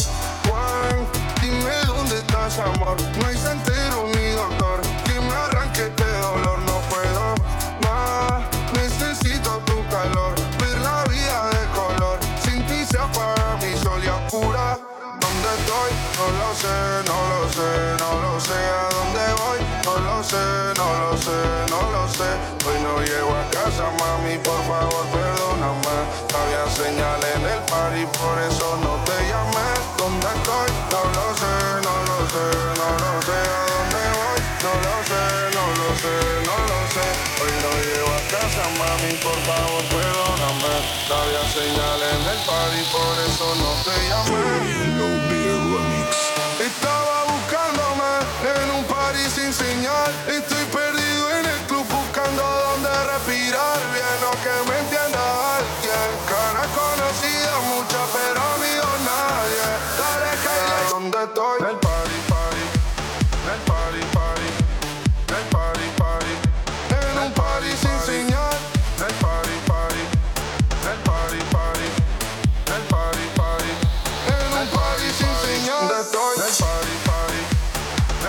Speaker 7: Juan. Dime dónde estás, amor. No hay sentido ni doctor que me arranque este dolor. No puedo más. Necesito tu calor. Ver la vida de color. Sin ti se apaga mi sol y oscura. ¿Dónde estoy? No lo sé, no lo sé, no lo sé. ¿A dónde voy? No lo sé, no lo sé, no lo sé. Hoy no llego a casa, mami, por favor, perdóname. Había señal en el par y por eso no te llamé. ¿Dónde estoy? No lo sé, no lo sé, no lo sé. ¿A dónde voy? No lo sé, no lo sé, no lo sé. Hoy no llego a casa, mami, por favor, perdóname. Había señal en el par y por eso no te llamé. Estaba buscándome en un party sin señal. Estoy perdido en el club buscando dónde respirar. Bien o que me entienda alguien. Cara conocida muchas, pero amigo nadie. Dale calle. ¿Dónde estoy? En el party, party. En el party, party. En el party, party. En un party sin señal. En el party, party. En el party, party. En el party, party. En un party sin señal. ¿Dónde estoy? En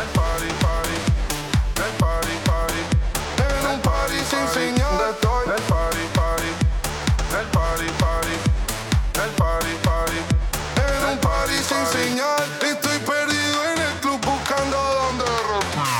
Speaker 7: el party, party. En el party, party. En el party, party. En un party sin señal. party sin señal. Estoy perdido en el club buscando dónde romper.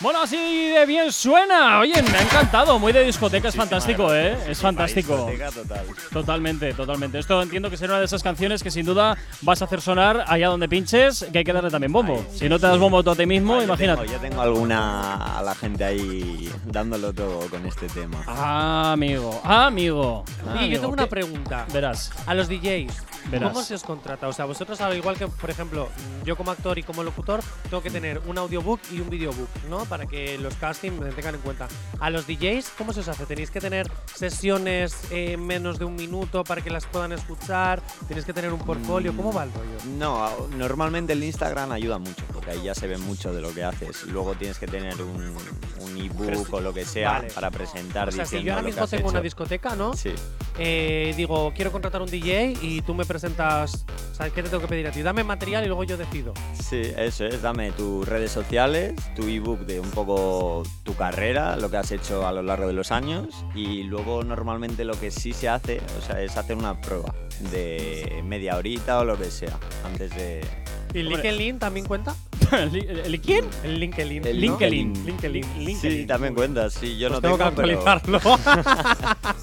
Speaker 1: Bueno, así de bien suena. Oye, me ha encantado. Muy de discoteca, es fantástico, ¿eh? Es fantástico.
Speaker 5: Discoteca total.
Speaker 1: Totalmente, totalmente. Esto entiendo que será una de esas canciones que sin duda vas a hacer sonar allá donde pinches, que hay que darle también bombo. Si no te das bombo tú a ti mismo,
Speaker 5: Ah, yo
Speaker 1: imagínate.
Speaker 5: tengo- Yo tengo alguna a la gente ahí dándolo todo con este tema.
Speaker 1: Ah, amigo, ah, amigo. Ah,
Speaker 2: Oye, yo
Speaker 1: amigo,
Speaker 2: tengo una
Speaker 1: que-
Speaker 2: pregunta.
Speaker 1: Verás.
Speaker 2: A los DJs,
Speaker 1: Verás.
Speaker 2: ¿cómo se os contrata? O sea, vosotros, al igual que, por ejemplo, yo como actor y como locutor, tengo que tener un audiobook y un videobook, ¿no? Para que los castings me tengan en cuenta. A los DJs, ¿cómo se os hace? ¿Tenéis que tener sesiones eh, menos de un minuto para que las puedan escuchar? ¿Tenéis que tener un portfolio? ¿Cómo va el rollo?
Speaker 5: No, a- normalmente el Instagram ayuda mucho, porque ahí ya se ve mucho de lo que haces. Luego tienes que tener un, un
Speaker 2: Pero
Speaker 5: ebook
Speaker 2: si-
Speaker 5: o lo que sea
Speaker 2: vale.
Speaker 5: para presentar
Speaker 2: O sea, si
Speaker 5: diciendo
Speaker 2: yo ahora
Speaker 5: lo que
Speaker 2: mismo
Speaker 5: has
Speaker 2: tengo una
Speaker 5: hecho.
Speaker 2: discoteca, ¿no?
Speaker 5: Sí.
Speaker 2: Eh, digo, quiero contratar un DJ y tú me presentas, o sea, ¿qué te tengo que pedir a ti? Dame material y luego yo decido.
Speaker 5: Sí, eso es. Dame tus redes sociales, tu ebook de un poco tu carrera, lo que has hecho a lo largo de los años y luego normalmente lo que sí se hace, o sea, es hacer una prueba de media horita o lo que sea antes de
Speaker 2: ¿Y
Speaker 1: Hombre.
Speaker 2: LinkedIn también cuenta?
Speaker 1: ¿El- ¿El quién?
Speaker 2: El LinkedIn.
Speaker 5: El
Speaker 2: ¿no?
Speaker 1: LinkedIn.
Speaker 2: LinkedIn.
Speaker 5: Sí,
Speaker 2: LinkedIn.
Speaker 5: también cuentas. Sí, yo
Speaker 2: Pues
Speaker 5: no
Speaker 2: tengo que
Speaker 5: pero-
Speaker 2: actualizarlo.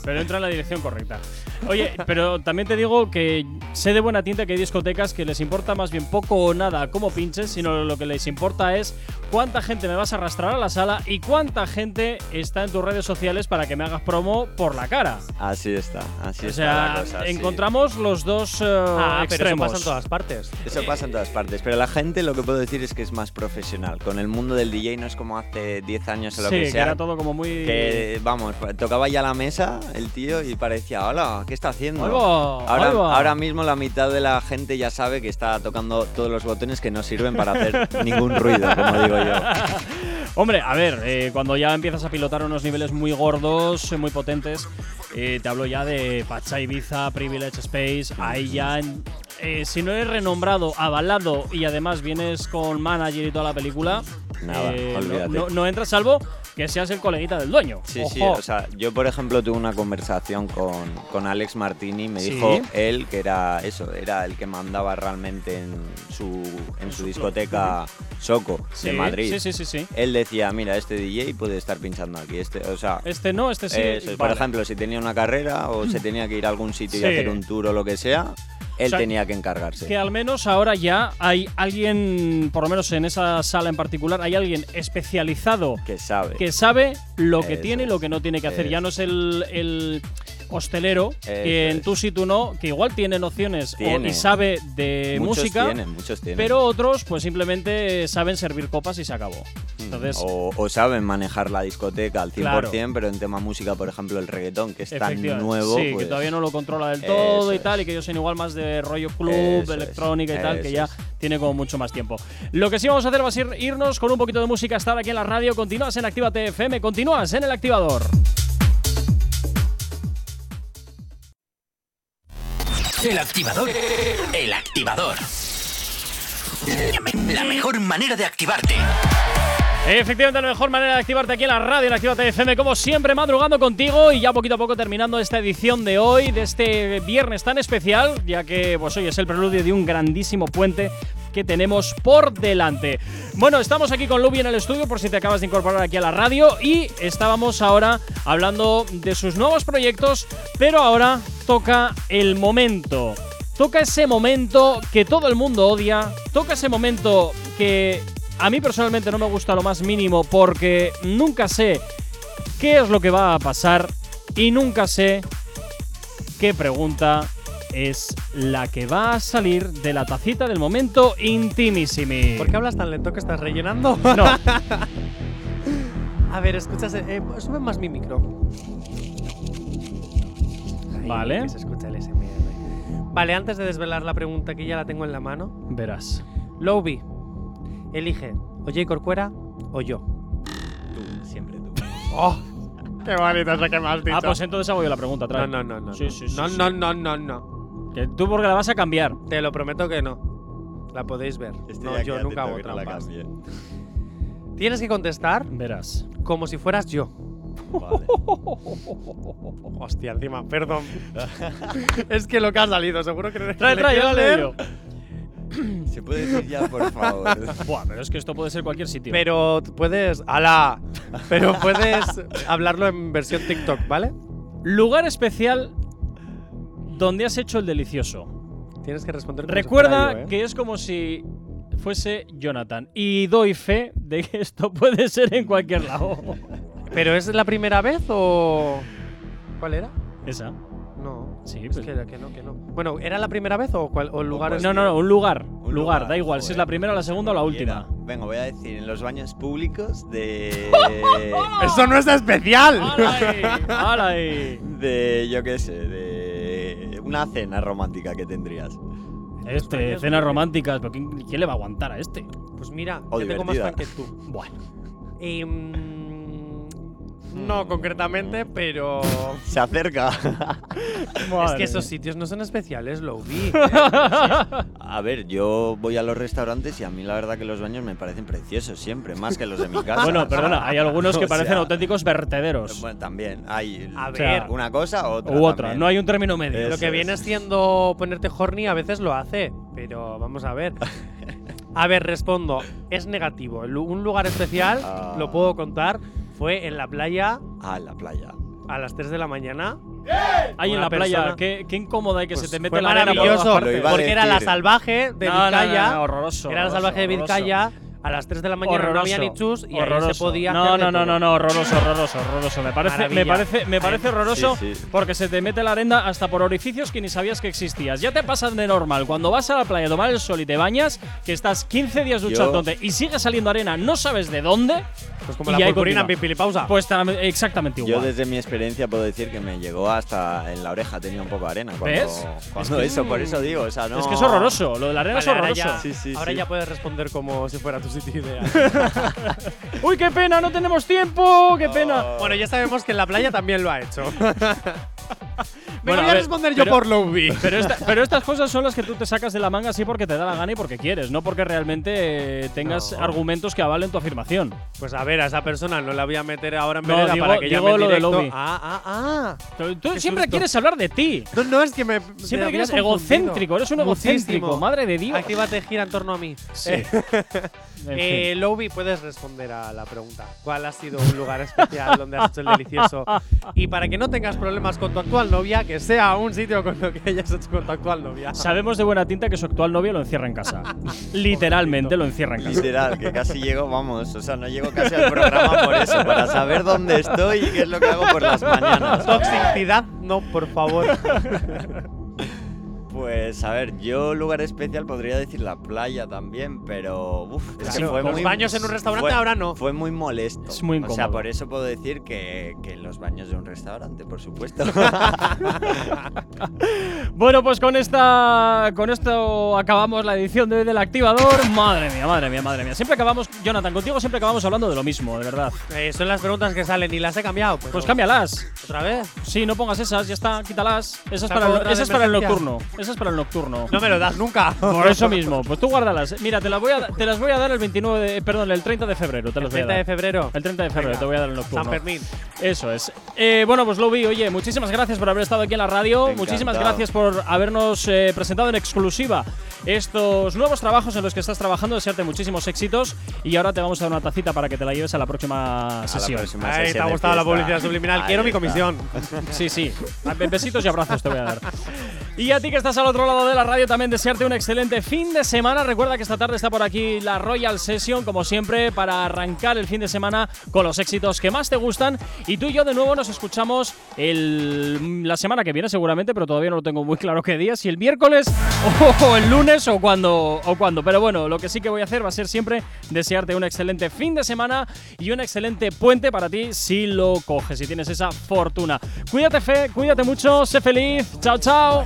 Speaker 1: Pero entra en la dirección correcta. Oye, pero también te digo que sé de buena tinta que hay discotecas que les importa más bien poco o nada cómo pinches, sino lo que les importa es cuánta gente me vas a arrastrar a la sala y cuánta gente está en tus redes sociales para que me hagas promo por la cara.
Speaker 5: Así está, así
Speaker 1: o
Speaker 5: está
Speaker 1: sea,
Speaker 5: la cosa. sí.
Speaker 1: encontramos los dos eh,
Speaker 2: ah, pero eso
Speaker 1: extremos.
Speaker 2: pasa en todas partes.
Speaker 5: Eso pasa en todas partes, pero la gente lo que puedo decir es que es más profesional. Con el mundo del DJ no es como hace 10 años o lo
Speaker 1: sí,
Speaker 5: que
Speaker 1: que
Speaker 5: sea.
Speaker 1: era todo como muy.
Speaker 5: que, vamos, pa- tocaba ya la mesa el tío y parecía, hola, ¿qué está haciendo?
Speaker 1: Ahí va,
Speaker 5: ahora,
Speaker 1: ahí va.
Speaker 5: ahora mismo la mitad de la gente ya sabe que está tocando todos los botones que no sirven para hacer ningún ruido, como digo yo.
Speaker 1: Hombre, a ver, eh, cuando ya empiezas a pilotar unos niveles muy gordos, eh, muy potentes, eh, te hablo ya de Pacha Ibiza, Privilege Space, ahí ya, en- eh, si no eres renombrado, avalado y además vienes con manager y toda la película,
Speaker 5: Nada,
Speaker 1: eh, no,
Speaker 5: olvídate.
Speaker 1: no- no entras salvo que seas el coleguita del dueño.
Speaker 5: Sí,
Speaker 1: Ojo.
Speaker 5: sí, o sea, yo por ejemplo tuve una conversación con, con Alex Martini, me
Speaker 1: Sí.
Speaker 5: dijo él que era eso, era el que mandaba realmente en su, en su discoteca Soco
Speaker 1: Sí,
Speaker 5: de Madrid.
Speaker 1: Sí, sí, sí, sí.
Speaker 5: Él decía, mira, este DJ puede estar pinchando aquí, este, o sea,
Speaker 1: Este no, este sí.
Speaker 5: eso es, por
Speaker 1: vale.
Speaker 5: ejemplo, si tenía una carrera o se tenía que ir a algún sitio
Speaker 1: Sí.
Speaker 5: y hacer un tour o lo que sea, él
Speaker 1: O sea,
Speaker 5: tenía que encargarse.
Speaker 1: Que al menos ahora ya hay alguien, por lo menos en esa sala en particular, hay alguien especializado
Speaker 5: que sabe.
Speaker 1: que sabe lo que
Speaker 5: Eso
Speaker 1: tiene y lo que no tiene que hacer. Ya no es el, el hostelero que
Speaker 5: Eso
Speaker 1: en
Speaker 5: es.
Speaker 1: tú sí, tú no, que igual tiene nociones o-
Speaker 5: Tiene.
Speaker 1: y sabe de
Speaker 5: muchos
Speaker 1: música,
Speaker 5: tienen, muchos tienen.
Speaker 1: pero otros pues simplemente saben servir copas y se acabó. Entonces,
Speaker 5: Mm, o, o saben manejar la discoteca al 100%,
Speaker 1: Claro.
Speaker 5: pero en tema música, por ejemplo, el reggaetón, que es tan
Speaker 1: efectivamente,
Speaker 5: nuevo.
Speaker 1: sí, que
Speaker 5: pues,
Speaker 1: todavía no lo controla del todo
Speaker 5: Eso
Speaker 1: y tal,
Speaker 5: es.
Speaker 1: y que ellos son igual más de rollo
Speaker 5: Eso
Speaker 1: club,
Speaker 5: es,
Speaker 1: electrónica y tal, que
Speaker 5: eso
Speaker 1: ya
Speaker 5: es.
Speaker 1: tiene como mucho más tiempo. Lo que sí vamos a hacer va a ser irnos con un poquito de música, estar aquí en la radio, continúas en Actívate FM, continúas en el activador.
Speaker 3: El activador. El activador. La mejor manera de activarte.
Speaker 1: Efectivamente, la mejor manera de activarte aquí en la radio, en Activate FM, como siempre, madrugando contigo y ya poquito a poco terminando esta edición de hoy, de este viernes tan especial, ya que, pues hoy es el preludio de un grandísimo puente que tenemos por delante. Bueno, estamos aquí con Lubi en el estudio, por si te acabas de incorporar aquí a la radio, y estábamos ahora hablando de sus nuevos proyectos, pero ahora toca el momento. Toca ese momento que todo el mundo odia, toca ese momento que a mí personalmente no me gusta lo más mínimo porque nunca sé qué es lo que va a pasar y nunca sé qué pregunta es la que va a salir de la tacita del momento intimissimi.
Speaker 2: ¿Por qué hablas tan lento que estás rellenando?
Speaker 1: No,
Speaker 2: a ver, escuchas. Eh, sube más mi micro. Ay,
Speaker 1: Vale.
Speaker 2: que se escucha el SMR. Vale, antes de desvelar la pregunta que ya la tengo en la mano,
Speaker 1: verás.
Speaker 2: Lowby, elige o J. Corcuera o yo.
Speaker 5: Tú, siempre tú.
Speaker 2: ¡Oh! ¡Qué bonito es lo que me has
Speaker 1: Ah, pues entonces hago yo la pregunta,
Speaker 2: No,
Speaker 1: trae.
Speaker 2: no, no, no.
Speaker 1: Sí, sí, sí,
Speaker 2: no,
Speaker 1: sí.
Speaker 2: no, no, no, no.
Speaker 1: Que tú porque la vas a cambiar.
Speaker 2: Te lo prometo que no. La podéis ver.
Speaker 5: Este
Speaker 2: no, yo nunca hago trampas. Tienes que contestar
Speaker 1: Verás.
Speaker 2: como si fueras yo.
Speaker 5: Vale.
Speaker 2: Hostia, encima, perdón. es que lo que ha salido, seguro que no eres
Speaker 1: Trae,
Speaker 2: que
Speaker 1: trae,
Speaker 2: le
Speaker 1: yo
Speaker 2: quiero
Speaker 1: lo
Speaker 2: leer.
Speaker 1: leo.
Speaker 5: ¿Se puede decir ya, por favor?
Speaker 1: Buah, pero es que esto puede ser cualquier sitio.
Speaker 2: Pero tú puedes. ¡Hala! Pero puedes hablarlo en versión TikTok, ¿vale?
Speaker 1: Lugar especial donde has hecho el delicioso.
Speaker 2: Tienes que responder. como si fuera
Speaker 1: Recuerda
Speaker 2: yo, ¿eh?
Speaker 1: que es como si fuese Jonathan. Y doy fe de que esto puede ser en cualquier lado.
Speaker 2: ¿Pero es la primera vez o.? ¿Cuál era?
Speaker 1: Esa.
Speaker 2: No.
Speaker 1: Sí,
Speaker 2: es
Speaker 1: pues-
Speaker 2: que, que no, que no. Bueno, ¿era la primera vez o, cuál, o el lugar? es-
Speaker 1: No, no, no, un lugar.
Speaker 5: Un
Speaker 1: lugar, da igual, si es
Speaker 5: joder.
Speaker 1: la primera, la segunda o la última.
Speaker 5: Cualquiera. Venga, voy a decir, en los baños públicos de.
Speaker 2: ¡Eso no es especial!
Speaker 1: ¡Hala ahí! ¡Hala Este, ahí!
Speaker 5: de. yo qué sé, de. una cena romántica que tendrías.
Speaker 1: Este, escenas románticas, pero ¿quién, quién le va a aguantar a este?
Speaker 2: Pues mira,
Speaker 5: O
Speaker 2: yo tengo más
Speaker 5: divertida.
Speaker 2: fan que tú.
Speaker 1: Bueno,
Speaker 2: Eh, mm, no concretamente, pero.
Speaker 5: Se acerca.
Speaker 2: es
Speaker 1: madre
Speaker 2: que esos
Speaker 1: mía.
Speaker 2: sitios no son especiales, ¿eh? lo vi.
Speaker 5: a ver, yo voy a los restaurantes y a mí la verdad que los baños me parecen preciosos siempre, más que los de mi casa.
Speaker 1: Bueno, perdona, hay algunos que
Speaker 5: O sea,
Speaker 1: parecen auténticos vertederos.
Speaker 5: Bueno, también. Hay
Speaker 2: A
Speaker 5: o
Speaker 2: ver.
Speaker 5: sea, una cosa u otra.
Speaker 1: U otra,
Speaker 5: también.
Speaker 1: no hay un término medio.
Speaker 5: Eso
Speaker 2: Lo que
Speaker 5: es.
Speaker 2: viene siendo ponerte horny a veces lo hace, pero vamos a ver. A ver, respondo. Es negativo. El lu- Un lugar especial,
Speaker 5: Ah.
Speaker 2: lo puedo contar, fue en la playa
Speaker 5: Ah, en la playa.
Speaker 2: a las 3 de la mañana.
Speaker 1: Hay en
Speaker 2: Una
Speaker 1: la playa,
Speaker 2: persona-
Speaker 1: qué, qué incómoda hay que se
Speaker 2: Pues
Speaker 1: te mete
Speaker 2: fue
Speaker 1: la arena por todas
Speaker 2: maravilloso,
Speaker 5: Lo
Speaker 1: partes.
Speaker 5: iba a
Speaker 2: porque era la
Speaker 5: decir.
Speaker 2: salvaje de
Speaker 1: No, no, no,
Speaker 2: Vizcaya.
Speaker 1: no, horroroso,
Speaker 2: Era la salvaje de
Speaker 1: horroroso,
Speaker 2: Vizcaya. A las 3 de la mañana no había ni chus y ahí se
Speaker 1: Horroroso.
Speaker 2: podía
Speaker 1: No,
Speaker 2: hacer de
Speaker 1: no, no,
Speaker 2: todo.
Speaker 1: no, no, horroroso, horroroso, horroroso. Me parece, me
Speaker 2: Maravilla.
Speaker 1: parece, me parece horroroso
Speaker 5: Sí, sí.
Speaker 1: porque se te mete la arena hasta por orificios que ni sabías que existías. Ya te pasan de normal. Cuando vas a la playa a tomar el sol y te bañas, que estás 15 días duchándote y sigue saliendo arena, no sabes de dónde.
Speaker 2: Pues como
Speaker 1: y
Speaker 2: la
Speaker 1: ahí
Speaker 2: purpurina en
Speaker 1: continúa.
Speaker 2: Pipilipausa.
Speaker 1: Pues tam- exactamente
Speaker 5: Yo
Speaker 1: igual.
Speaker 5: desde mi experiencia puedo decir que me llegó hasta en la oreja, tenía un poco de arena. Cuando,
Speaker 1: ¿Ves?
Speaker 5: cuando
Speaker 1: Es que-
Speaker 5: eso, por eso digo, o sea, no...
Speaker 1: Es que es horroroso, lo de la arena es
Speaker 2: Vale, ahora
Speaker 1: horroroso.
Speaker 2: ya,
Speaker 5: Sí, sí,
Speaker 2: ahora
Speaker 5: sí.
Speaker 2: ya puedes responder como si fuera tu sitio ideal.
Speaker 1: ¡Uy, qué pena! ¡No tenemos tiempo! ¡Qué pena!
Speaker 2: bueno, ya sabemos que en la playa también lo ha hecho. Me
Speaker 1: Bueno,
Speaker 2: voy
Speaker 1: a
Speaker 2: a
Speaker 1: ver,
Speaker 2: responder yo
Speaker 1: pero-
Speaker 2: por Lowby.
Speaker 1: Pero, esta- pero estas cosas son las que tú te sacas de la manga así porque te da la gana y porque quieres, no porque realmente eh, tengas
Speaker 2: No.
Speaker 1: argumentos que avalen tu afirmación.
Speaker 2: Pues a ver, a esa persona no la voy a meter ahora en
Speaker 1: No,
Speaker 2: vereda
Speaker 1: digo-
Speaker 2: para que
Speaker 1: digo
Speaker 2: llame en
Speaker 1: lo de
Speaker 2: directo.
Speaker 1: Lowby.
Speaker 2: Ah, ah, ah.
Speaker 1: Tú, tú
Speaker 2: Qué
Speaker 1: siempre
Speaker 2: susto.
Speaker 1: quieres hablar de ti.
Speaker 2: No, no, es que me.
Speaker 1: Siempre
Speaker 2: me
Speaker 1: que eres
Speaker 2: había confundido.
Speaker 1: egocéntrico, eres un egocéntrico, madre de Dios.
Speaker 2: Actívate, gira en torno a mí. Eh,
Speaker 1: En
Speaker 2: eh,
Speaker 1: fin.
Speaker 2: Lowby, puedes responder a la pregunta. ¿Cuál ha sido un lugar especial donde has hecho el delicioso? Y para que no tengas problemas con tu actual novia, que sea un sitio con lo que hayas hecho con tu actual novia.
Speaker 1: Sabemos de buena tinta que su actual novio lo encierra en casa. Literalmente lo encierra en casa.
Speaker 5: Literal, que casi llego, vamos, o sea, no llego casi al programa por eso, para saber dónde estoy y qué es lo que hago por las mañanas.
Speaker 2: Toxicidad, no, por favor.
Speaker 5: Pues a ver, yo lugar especial podría decir la playa también, pero uf, es que
Speaker 2: Claro,
Speaker 5: fue
Speaker 2: los
Speaker 5: muy-
Speaker 2: baños en un restaurante
Speaker 5: fue-
Speaker 2: ahora no.
Speaker 5: Fue muy molesto.
Speaker 1: Es muy
Speaker 5: O sea,
Speaker 1: incómodo.
Speaker 5: por eso puedo decir que, que los baños de un restaurante, por supuesto.
Speaker 1: Bueno, pues con esta con esto acabamos la edición de hoy del activador. Madre mía, madre mía, madre mía. Siempre acabamos, Jonathan, contigo siempre acabamos hablando de lo mismo, de verdad.
Speaker 2: Eh, son las preguntas que salen y las he cambiado. pero-
Speaker 1: Pues cámbialas.
Speaker 2: ¿Otra vez?
Speaker 1: Sí, no pongas esas, ya está, quítalas. Esas
Speaker 2: Saco
Speaker 1: para el,
Speaker 2: otra de
Speaker 1: esas para el
Speaker 2: emergencia.
Speaker 1: nocturno. Esas para el nocturno.
Speaker 2: No me lo das nunca.
Speaker 1: Por eso mismo, pues tú guárdalas. Mira, te las voy a, te las voy a dar el 29 de- perdón, el 30 de febrero, te
Speaker 2: El
Speaker 1: las voy a
Speaker 2: 30
Speaker 1: dar.
Speaker 2: de febrero.
Speaker 1: El 30 de febrero,
Speaker 2: Venga.
Speaker 1: te voy a dar el nocturno.
Speaker 2: San Fermín.
Speaker 1: Eso es. Eh, bueno, pues Lobby, oye, muchísimas gracias por haber estado aquí en la radio.
Speaker 5: Encantado.
Speaker 1: Muchísimas gracias por habernos eh, presentado en exclusiva estos nuevos trabajos en los que estás trabajando. Desearte muchísimos éxitos. Y ahora te vamos a dar una tacita para que te la lleves a la próxima
Speaker 5: A la
Speaker 1: sesión.
Speaker 5: próxima
Speaker 2: Ay, te
Speaker 5: sesión
Speaker 2: ha
Speaker 5: de
Speaker 2: gustado la
Speaker 5: fiesta.
Speaker 2: publicidad subliminal.
Speaker 5: Ahí
Speaker 2: Quiero mi
Speaker 5: está.
Speaker 2: comisión.
Speaker 1: Sí, sí. Ah, Besitos y abrazos te voy a dar. Y a ti que estás al otro lado de la radio también desearte un excelente fin de semana. Recuerda que esta tarde está por aquí la Royal Session, como siempre, para arrancar el fin de semana con los éxitos que más te gustan. Y tú y yo de nuevo nos escuchamos el- la semana que viene seguramente, pero todavía no lo tengo muy claro qué día, si el miércoles o el lunes o cuando, o cuando. Pero bueno, lo que sí que voy a hacer va a ser siempre desearte un excelente fin de semana y un excelente puente para ti si lo coges, si tienes esa fortuna. Cuídate, Fe, cuídate mucho, sé feliz. Chao, chao.